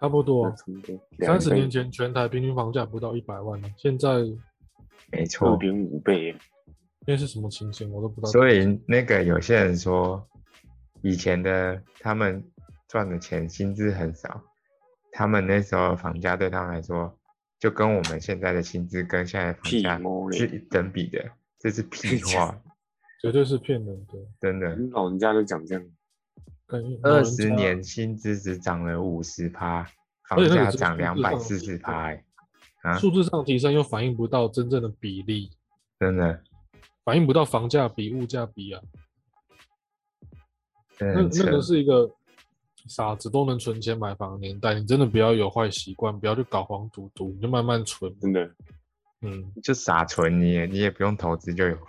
Speaker 1: 差不多啊
Speaker 2: 那。差不多
Speaker 1: 三
Speaker 2: 两
Speaker 1: 十年
Speaker 2: 倍，
Speaker 1: 前全台平均房价不到一百万呢，现在因
Speaker 4: 没
Speaker 2: 二
Speaker 4: 错，
Speaker 2: 点五倍耶，
Speaker 1: 为是什么情形我都不知道。
Speaker 4: 所以那个有些人说，以前的他们赚的钱薪资很少，他们那时候房价对他们来说，就跟我们现在的薪资跟现在的
Speaker 2: 屁
Speaker 4: 房价
Speaker 2: 毛嘞
Speaker 4: 是等比的，这是屁
Speaker 2: (laughs)
Speaker 4: 话，
Speaker 1: 绝对是骗人的。
Speaker 4: 真的。
Speaker 2: 老人家都讲这样，
Speaker 1: 跟老人家
Speaker 4: 二十年薪资只涨了五十趴，
Speaker 1: 而
Speaker 4: 房
Speaker 1: 且那
Speaker 4: 价
Speaker 1: 个
Speaker 4: 涨
Speaker 1: 是
Speaker 4: 两
Speaker 1: 数字
Speaker 4: 百
Speaker 1: 上
Speaker 4: 四十
Speaker 1: 的
Speaker 4: 趴，哎，啊，
Speaker 1: 数字上提升又反映不到真正的比例，
Speaker 4: 真的，
Speaker 1: 反映不到房价比、物价比啊。
Speaker 4: 真的
Speaker 1: 那
Speaker 4: 很
Speaker 1: 那
Speaker 4: 扯
Speaker 1: 个。是一个傻子都能存钱买房的年代，你真的不要有坏习惯，不要去搞黄赌毒，你就慢慢存。
Speaker 2: 真的，
Speaker 1: 嗯，
Speaker 4: 就傻存你也，你也不用投资就有房，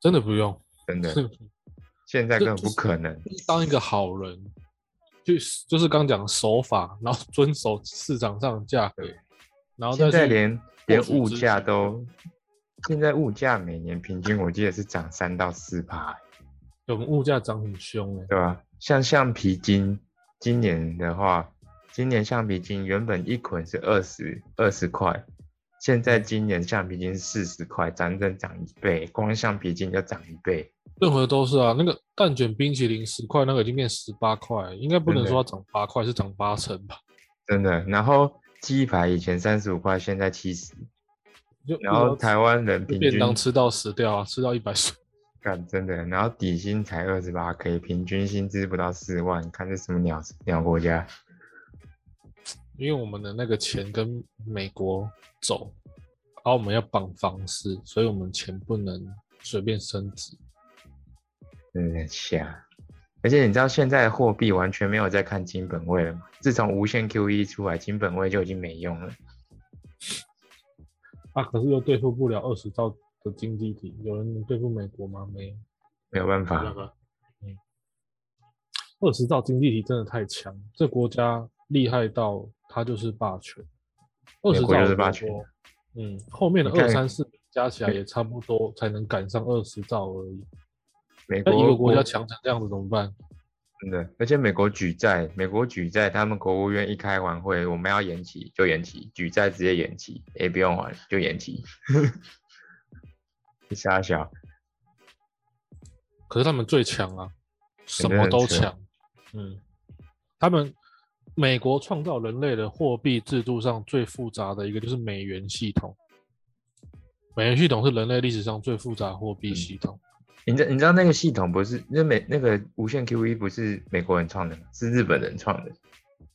Speaker 1: 真的不用，
Speaker 4: 真的，
Speaker 1: 就
Speaker 4: 现在
Speaker 1: 就
Speaker 4: 根本
Speaker 1: 就
Speaker 4: 不
Speaker 1: 是
Speaker 4: 可能。
Speaker 1: 是当一个好人，就就是刚讲守法，然后遵守市场上的价格
Speaker 4: 对，
Speaker 1: 然后再
Speaker 4: 现在
Speaker 1: 去
Speaker 4: 连连
Speaker 1: 取
Speaker 4: 物
Speaker 1: 资
Speaker 4: 价
Speaker 1: 金
Speaker 4: 都，现在物价每年平均我记得是涨三到四趴，
Speaker 1: 我们物价涨很凶哎、
Speaker 4: 对吧？像橡皮筋，今年的话，今年橡皮筋原本一捆是二十二十块，现在今年橡皮筋四十块，整整涨一倍，光橡皮筋就涨一倍。
Speaker 1: 任何都是啊。那个蛋卷冰淇淋十块，那个已经变十八块，应该不能说它涨八块，是涨八成吧？
Speaker 4: 真的，然后鸡排以前三十五块，现在七十，
Speaker 1: 就
Speaker 4: 然后台湾人
Speaker 1: 啊就
Speaker 4: 平
Speaker 1: 便
Speaker 4: 均
Speaker 1: 当吃到死掉啊，吃到一百岁。
Speaker 4: 干真的，然后底薪才二十八 k，平均薪资不到四万，你看这什么鸟鸟国家？
Speaker 1: 因为我们的那个钱跟美国走，然后我们要绑房市，所以我们钱不能随便升值。
Speaker 4: 真的很瞎。而且你知道现在的货币完全没有在看金本位了 E 吗？自从无限 QE 出来，金本位就已经没用了。
Speaker 1: 啊，可是又对付不了二十兆的经济体，有人能对付美国吗？没有，
Speaker 4: 没有办
Speaker 3: 没办
Speaker 1: 啊
Speaker 4: 法，
Speaker 3: 法，
Speaker 1: 二十兆经济体真的太强，这国家厉害到它就是霸权，二
Speaker 4: 美
Speaker 1: 十
Speaker 4: 国
Speaker 1: 兆
Speaker 4: 就是
Speaker 1: 的
Speaker 4: 霸
Speaker 1: 美
Speaker 4: 权
Speaker 1: 国嗯，后面的
Speaker 4: 你看
Speaker 1: 二三四加起来也差不多才能赶上二十兆而已。
Speaker 4: 美
Speaker 1: 那
Speaker 4: 国
Speaker 1: 一个国家强成这样子怎么办？
Speaker 4: 真的，而且美国举债，美国举债，他们国务院一开完会，我们要延期就延期，举债直接延期，也不用还就延期。 (laughs) 你傻小，
Speaker 1: 可是他们最强啊，什么
Speaker 4: 很
Speaker 1: 都
Speaker 4: 强
Speaker 1: 强。嗯，他们美国创造人类的货币制度上最复杂的一个就是美元系统。美元系统是人类历史上最复杂的货
Speaker 4: 嗯
Speaker 1: 币系统。
Speaker 4: 你知你知道那个系统不是那美那个无限 QE 不是美国人创的吗？是日本人创的。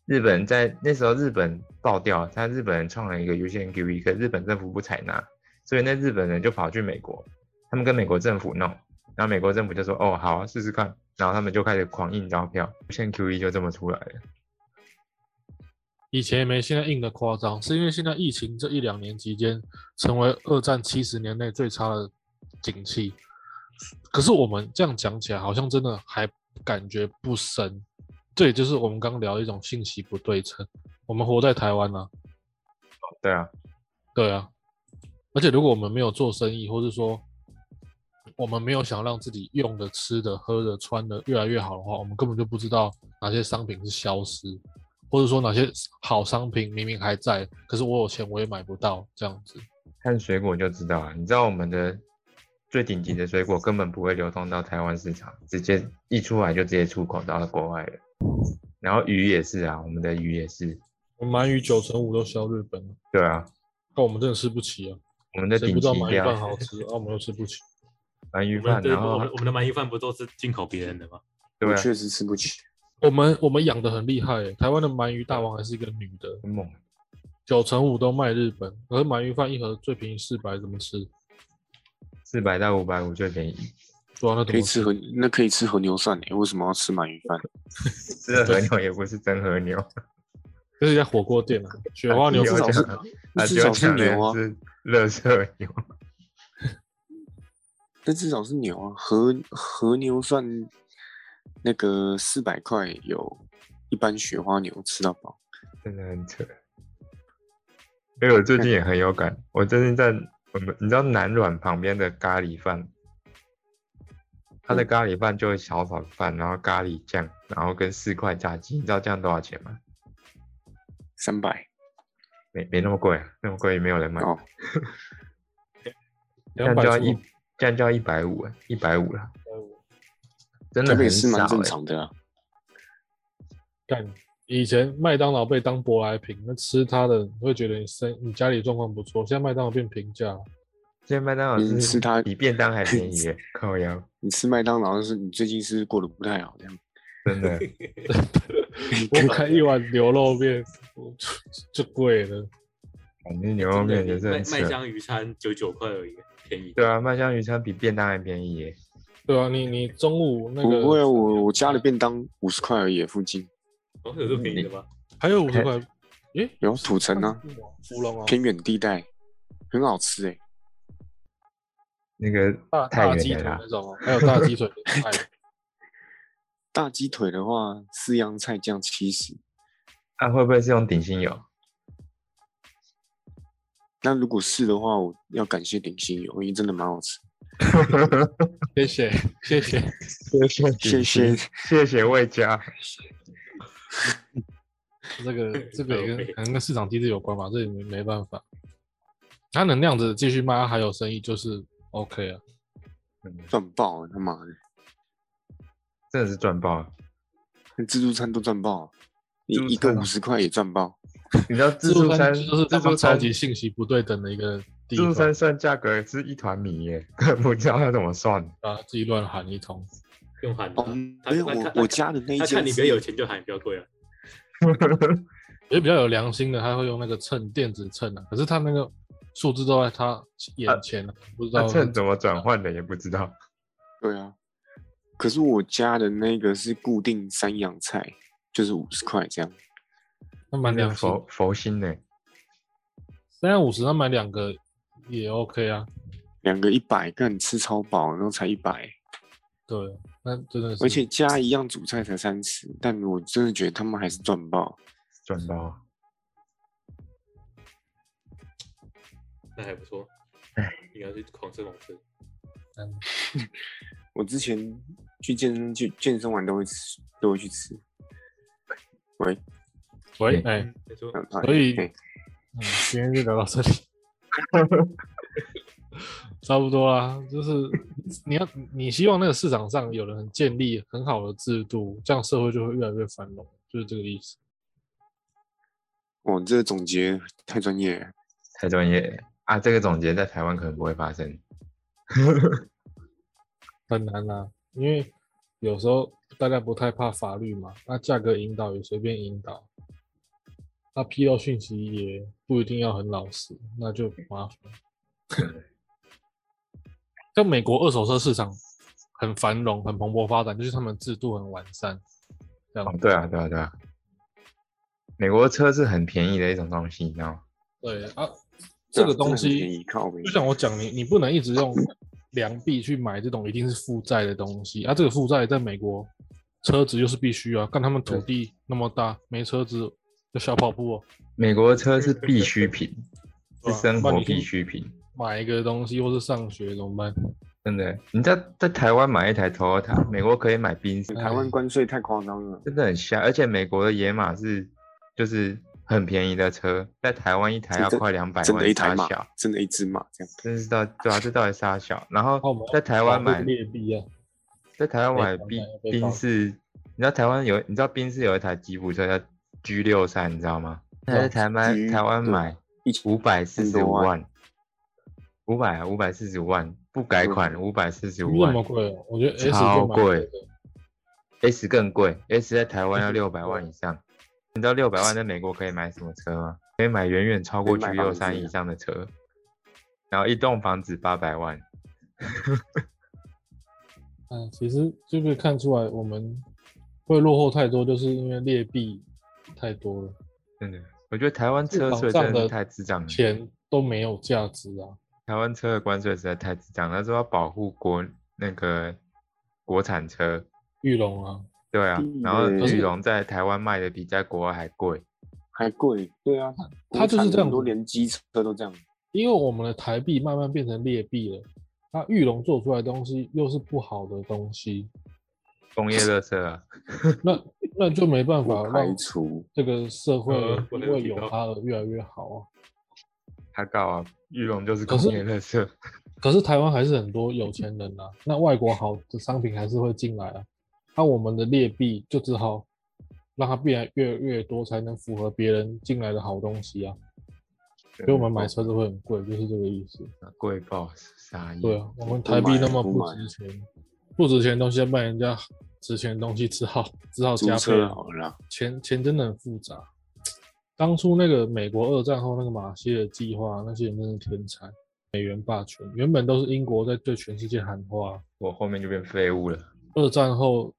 Speaker 4: 日本在那时候日本爆掉，他日本人创了一个无限 QE，可日本政府不采纳，所以那日本人就跑去美国，他们跟美国政府弄，然后美国政府就说哦好啊试试看，然后他们就开始狂印钞票，无限 QE 就这么出来了。
Speaker 1: 以前也没现在硬的夸张，是因为现在疫情这一两年期间，成为二战七十年内最差的景气。可是我们这样讲起来，好像真的还感觉不深。这也就是我们刚聊的一种信息不对称。我们活在台湾啊，
Speaker 4: 对啊，
Speaker 1: 对啊，而且如果我们没有做生意，或是说我们没有想让自己用的、吃的、喝的、穿的越来越好的话，我们根本就不知道哪些商品是消失，或者说哪些好商品明明还在，可是我有钱我也买不到这样子。
Speaker 4: 看水果就知道了。啊你知道我们的最顶级的水果根本不会流通到台湾市场，直接一出来就直接出口到国外了。然后鱼也是啊，我们的鱼也是，
Speaker 1: 我们鳗鱼九成五都销日本了，
Speaker 4: 对啊，
Speaker 1: 那我们真的吃不起啊！
Speaker 4: 我们的
Speaker 1: 谁
Speaker 4: 顶
Speaker 1: 不知道
Speaker 4: 级
Speaker 1: 鳗鱼
Speaker 4: 料
Speaker 1: 饭好吃，啊，我们又吃不起。
Speaker 4: 鳗鱼
Speaker 3: 我们
Speaker 4: 饭，
Speaker 3: 的
Speaker 4: 然
Speaker 3: 我
Speaker 4: 后
Speaker 3: 们我们的鳗鱼饭不都是进口别人的吗？
Speaker 4: 对
Speaker 2: 我
Speaker 4: 啊，
Speaker 2: 确实吃不起。
Speaker 1: 我们我们养的很厉害耶、台湾的鳗鱼大王还是一个女的，
Speaker 4: 很猛，
Speaker 1: 九成五都卖日本，而鳗鱼饭一盒最便宜四百，怎么吃？
Speaker 4: 四百到五百五最便宜，
Speaker 1: 对啊，那怎
Speaker 2: 可以
Speaker 1: 么
Speaker 2: 吃和那可以吃和牛涮欸诶，为什么要吃鳗鱼
Speaker 4: 哎
Speaker 2: 饭？
Speaker 4: 吃的和牛也不是真和牛，
Speaker 1: 这是一家火锅
Speaker 4: (laughs)
Speaker 1: 店啊，雪花牛
Speaker 4: 有
Speaker 1: 至少
Speaker 4: 这
Speaker 1: 是
Speaker 4: 样啊，
Speaker 2: 那至
Speaker 4: 只有
Speaker 2: 少是
Speaker 4: 讲的
Speaker 2: 牛啊，
Speaker 4: 是乐色牛，
Speaker 2: 那至少是牛啊。和和牛涮那个四百块有一般雪花牛吃到饱。
Speaker 4: 真的很扯。因为我最近也很有感，我最近在我们你知道南软旁边的咖喱饭，它
Speaker 2: 嗯
Speaker 4: 的咖喱饭就是小炒饭，然后咖喱酱，然后跟四块炸鸡，你知道这样多少钱吗？
Speaker 2: 三百
Speaker 4: 没没那么贵啊，那么贵也没有人买，
Speaker 2: 哦，
Speaker 4: 这样就要
Speaker 1: 出
Speaker 4: 一这样就要一百五，啊一百五了，
Speaker 1: 头
Speaker 4: 真的
Speaker 2: 台
Speaker 4: 很
Speaker 2: 北是
Speaker 4: 少、
Speaker 2: 蛮正
Speaker 4: 欸。
Speaker 2: 常的啊。
Speaker 1: 干。以前麦当劳被当舶来品，那吃它的会觉得你身你家里状况不错。现在麦当劳变平价了，
Speaker 4: 现在麦当劳
Speaker 2: 你
Speaker 4: 是
Speaker 2: 吃它
Speaker 4: 比便当还便宜
Speaker 2: (laughs)
Speaker 4: 耶，靠腰，
Speaker 2: 你吃麦当劳是你最近是不是过得不太好这
Speaker 4: (laughs)
Speaker 2: 样？(laughs)
Speaker 4: 真的。
Speaker 1: 我开一碗牛肉面我就就贵了。
Speaker 4: 反正牛肉面也是
Speaker 3: 麦
Speaker 4: 很扯
Speaker 3: 麦。香鱼餐九九块而已，便宜。
Speaker 4: 对啊，麦香鱼餐比便当还便宜欸耶。
Speaker 1: 对啊，你你中午那个
Speaker 2: 不会啊，我我家的便当五十块而已，附近
Speaker 3: 哦，有这么便宜
Speaker 2: (laughs)
Speaker 3: 的吗？
Speaker 1: 还有五十块，诶，
Speaker 2: 有土城啊，
Speaker 1: 芙蓉
Speaker 4: 哦
Speaker 1: 啊，
Speaker 2: 偏远地带很好吃欸诶。
Speaker 4: 那个
Speaker 1: 大
Speaker 4: 太
Speaker 1: 大
Speaker 4: 远
Speaker 1: 鸡
Speaker 4: 了
Speaker 1: 腿
Speaker 4: 啦
Speaker 1: 那种哦，还有大鸡腿哎
Speaker 2: 大鸡腿的话，四样菜酱七十。
Speaker 4: 啊，会不会是用顶心油？
Speaker 2: 那如果是的话，我要感谢鼎新油，因为真的蛮好吃。
Speaker 1: 谢谢谢谢。
Speaker 4: 谢谢
Speaker 2: 谢谢，
Speaker 4: 谢谢魏佳，
Speaker 1: 这
Speaker 4: (laughs)
Speaker 1: 个这个也
Speaker 3: OK
Speaker 1: 跟可能跟市场机制有关吧，这也没没办法。他能那样子继续卖，他啊还有生意就是 OK 啊。
Speaker 4: 嗯
Speaker 2: 赚爆啊了，他妈的，
Speaker 4: 真的是赚爆了！
Speaker 2: 那自助餐都赚爆了，一
Speaker 4: 自助
Speaker 2: 一
Speaker 4: 餐啊
Speaker 2: 个五十块也赚爆。
Speaker 4: 你知道自助餐
Speaker 1: 自就是
Speaker 4: 自
Speaker 1: 他
Speaker 4: 助
Speaker 1: 们超
Speaker 4: 餐
Speaker 1: 级信息不对等的一个地
Speaker 4: 自助
Speaker 1: 方
Speaker 4: 餐算价格是一团米耶， (laughs) 根本不知道要怎么算。
Speaker 1: 啊，自己乱喊一通。
Speaker 3: 用喊的
Speaker 2: 哦
Speaker 3: 啊。，他
Speaker 2: 没有，
Speaker 3: 他
Speaker 2: 我
Speaker 3: 他
Speaker 2: 我家的那一
Speaker 3: 他
Speaker 2: 家
Speaker 3: 看你比较有钱就喊比较贵啊。
Speaker 1: 也比较有良心的，他会用那个秤电子秤啊，可是他那个数字都在他眼前、啊，不知
Speaker 4: 那
Speaker 1: 道
Speaker 4: 秤怎么转换的也不知道。
Speaker 2: 对啊，可是我家的那个是固定三样菜，就是五十块这样。
Speaker 1: 那买两
Speaker 4: 佛佛心呢？
Speaker 1: 三五十，他买两个也 OK 啊。
Speaker 2: 两个一百，干吃超饱，然后才一百，
Speaker 1: 对，啊那真的是，
Speaker 2: 而且加一样主菜才三十，但我真的觉得他们还是赚爆。
Speaker 4: 赚到。
Speaker 3: 那还不错
Speaker 4: 哎。
Speaker 3: 应该是狂吃猛吃，
Speaker 1: 嗯
Speaker 2: 我之前去健身去健身完都会吃，都会去吃。喂，
Speaker 1: 喂，
Speaker 4: 嗯
Speaker 1: 哎、
Speaker 3: 再说
Speaker 2: 嗯
Speaker 1: 所以
Speaker 2: 嘿
Speaker 1: 嗯，今天就聊到这里，差不多啦。就是你要， (laughs) 你希望那个市场上有人建立很好的制度，这样社会就会越来越繁荣，就是这个意思。
Speaker 2: 我这个总结太专业了，
Speaker 4: 太专业了啊！这个总结在台湾可能不会发生。
Speaker 1: 很难啦、因为有时候大家不太怕法律嘛，那价格引导也随便引导，那披露讯息也不一定要很老实，那就麻烦。像美国二手车市场很繁荣、很蓬勃发展，就是他们制度很完善。这样
Speaker 4: 哦，对啊，对啊，对啊。美国车是很便宜的一种东西，你知道吗？
Speaker 1: 对啊，这个东西
Speaker 2: 依靠呗
Speaker 1: 就。像我讲，你你不能一直用良币去买这种一定是负债的东西啊。这个负债在美国车子又是必须啊，看他们土地那么大，没车子就小跑步哦，
Speaker 4: 美国车是必需品，
Speaker 1: 对
Speaker 4: 是
Speaker 1: 吧
Speaker 4: 生
Speaker 1: 不然
Speaker 4: 活
Speaker 1: 你去
Speaker 4: 必需品。
Speaker 1: 买一个东西或是上学怎么办？
Speaker 4: 真的，你在在台湾买一台 Toyota，美国可以买宾士，
Speaker 1: 哎
Speaker 2: 台湾关税太夸张了，
Speaker 4: 真的很瞎。而且美国的野马是就是很便宜的车，在台湾一台要
Speaker 2: 真的
Speaker 4: 快两百
Speaker 2: 真的一
Speaker 4: 万，
Speaker 2: 台
Speaker 4: 傻
Speaker 2: 马
Speaker 4: 小，，
Speaker 2: 真的一只马这样。
Speaker 4: 真是到对啊，这到底傻小。然
Speaker 1: 那我们
Speaker 4: 后在台湾买
Speaker 1: 劣币啊，
Speaker 4: 在台湾买
Speaker 1: 被
Speaker 4: 宾
Speaker 1: 绑架被绑
Speaker 4: 宾
Speaker 1: 架
Speaker 4: 士，你知道台湾有你知道宾士有一台吉普车叫 G 六三，你知道吗？那在台湾
Speaker 2: G-
Speaker 4: 台湾买
Speaker 2: 一千
Speaker 4: 五百四十
Speaker 2: 多
Speaker 4: 五
Speaker 2: 万嗯
Speaker 4: 万，五百五百四十五万不改款五百四十五
Speaker 1: 那
Speaker 4: 万
Speaker 1: 么贵哦，我觉得 S
Speaker 4: 超
Speaker 1: 就蛮
Speaker 4: 贵
Speaker 1: 的。
Speaker 4: ，S 更贵，S 在台湾要六百万以上。你知道六百万在美国可以买什么车吗？可以买远远超过
Speaker 2: 可
Speaker 4: G
Speaker 2: 以买
Speaker 4: 六
Speaker 2: 房子
Speaker 4: 三以上的车，然后一栋房子八百万。
Speaker 1: 嗯，其实就可以看出来，我们会落后太多，就是因为劣币太多了，
Speaker 4: 真的，我觉得台湾
Speaker 1: 市
Speaker 4: 车
Speaker 1: 场
Speaker 4: 税
Speaker 1: 上
Speaker 4: 真的
Speaker 1: 的
Speaker 4: 是太智障了。
Speaker 1: 钱都没有价值啊。
Speaker 4: 台湾车的关税实在太智障了，他说要保护国那个国产车，
Speaker 1: 玉龙啊，
Speaker 4: 对啊
Speaker 2: 嗯，
Speaker 4: 然后
Speaker 2: 对
Speaker 4: 玉龙在台湾卖的比在国外还贵，
Speaker 2: 还贵，对啊，
Speaker 1: 它就是这样
Speaker 2: 很多
Speaker 1: 子
Speaker 2: 连机车都这样，
Speaker 1: 因为我们的台币慢慢变成劣币了，那玉龙做出来的东西又是不好的东西，
Speaker 4: 工业垃圾啊，
Speaker 1: 那那就没办法
Speaker 2: 不排
Speaker 1: 让
Speaker 2: 除。
Speaker 1: 这个社会
Speaker 3: 呃我
Speaker 1: 因
Speaker 3: 能
Speaker 1: 为
Speaker 3: 提
Speaker 1: 有
Speaker 3: 到
Speaker 1: 它而越来越好啊。
Speaker 4: 他告啊，玉龙就是
Speaker 1: 可
Speaker 4: 工
Speaker 1: 是
Speaker 4: 业垃圾，
Speaker 1: 可是台湾还是很多有钱人啊，那外国好的商品还是会进来啊，那我们的劣币就只好让它变得越来越多，才能符合别人进来的好东西啊。所以我们买车子会很贵，就是这个意思。
Speaker 4: 贵爆，
Speaker 2: 嗯
Speaker 4: 傻眼。
Speaker 1: 对啊，我们台币那么不值钱，不值钱的东西要卖人家值钱的东西，只好只好
Speaker 2: 租
Speaker 1: 加倍
Speaker 2: 车
Speaker 1: 啊。
Speaker 2: 好了啦，
Speaker 1: 钱钱真的很复杂。当初那个美国二战后那个马歇尔计划，那些人真是天才，美元霸权原本都是英国在对全世界喊话，啊
Speaker 4: 我后面就变废物了，
Speaker 1: 二战后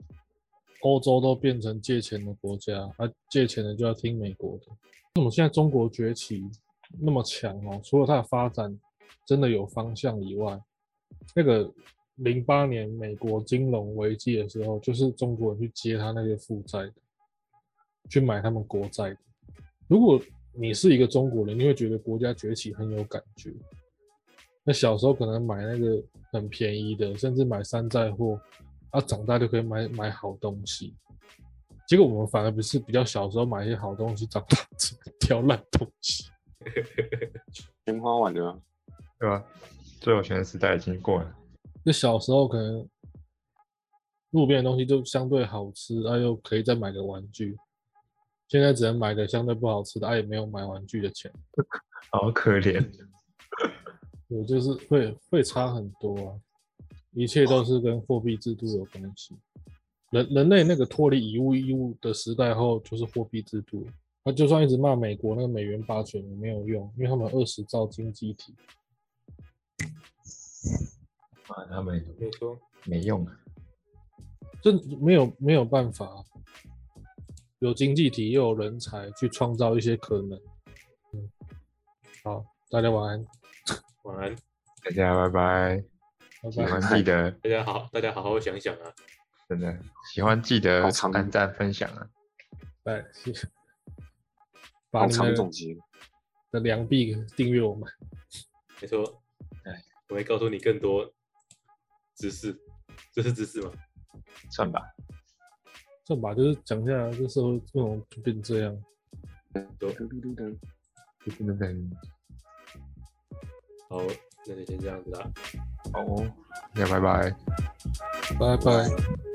Speaker 1: 欧洲都变成借钱的国家，啊，借钱的就要听美国的。为什么现在中国崛起那么强哦？除了它的发展真的有方向以外，那个零八年美国金融危机的时候，就是中国人去接他那些负债的，去买他们国债的。如果你是一个中国人，你会觉得国家崛起很有感觉。那小时候可能买那个很便宜的，甚至买山寨货，啊，长大就可以买买好东西。结果我们反而不是比较小时候买一些好东西，长大只能 (laughs) 挑烂东西。
Speaker 2: 钱花完了啊，
Speaker 4: 对吧、最有钱的时代已经过了，
Speaker 1: 就小时候可能路边的东西就相对好吃，啊，又可以再买个玩具。现在只能买个相对不好吃的，啊，也没有买玩具的钱。
Speaker 4: 好可怜。
Speaker 1: 我就是会会差很多啊，一切都是跟货币制度有关系。人人类那个脱离以物易物的时代后，就是货币制度了。他就算一直骂美国那个美元霸权也没有用，因为他们二十兆经济体，
Speaker 4: 妈啊他们
Speaker 3: 没错，
Speaker 4: 没用啊，
Speaker 1: 这没有没有办法。有经济体又有人才去创造一些可能。嗯，好，大家晚安。
Speaker 3: 晚安，
Speaker 4: 大家拜拜。喜
Speaker 1: 拜拜
Speaker 4: 欢。记 (laughs) 得
Speaker 3: 大家好，大家好好想想啊。
Speaker 4: 真的喜欢记得
Speaker 2: 好长
Speaker 4: 按赞分享啊，
Speaker 1: 拜，谢谢。把
Speaker 2: 好
Speaker 1: 你
Speaker 2: 长
Speaker 1: 们
Speaker 2: 总结，
Speaker 1: 的良币订阅我们，
Speaker 3: 没错，
Speaker 2: 哎，
Speaker 3: 我会告诉你更多知识，这是知识吗？
Speaker 4: 算吧。
Speaker 1: 算吧，就是讲一下这社会为什么变这样。
Speaker 2: 嘟嘟嘟嘟
Speaker 4: 真的很
Speaker 3: 好，那就先这样子啦。
Speaker 4: 好哦，大家拜拜。
Speaker 1: 拜拜。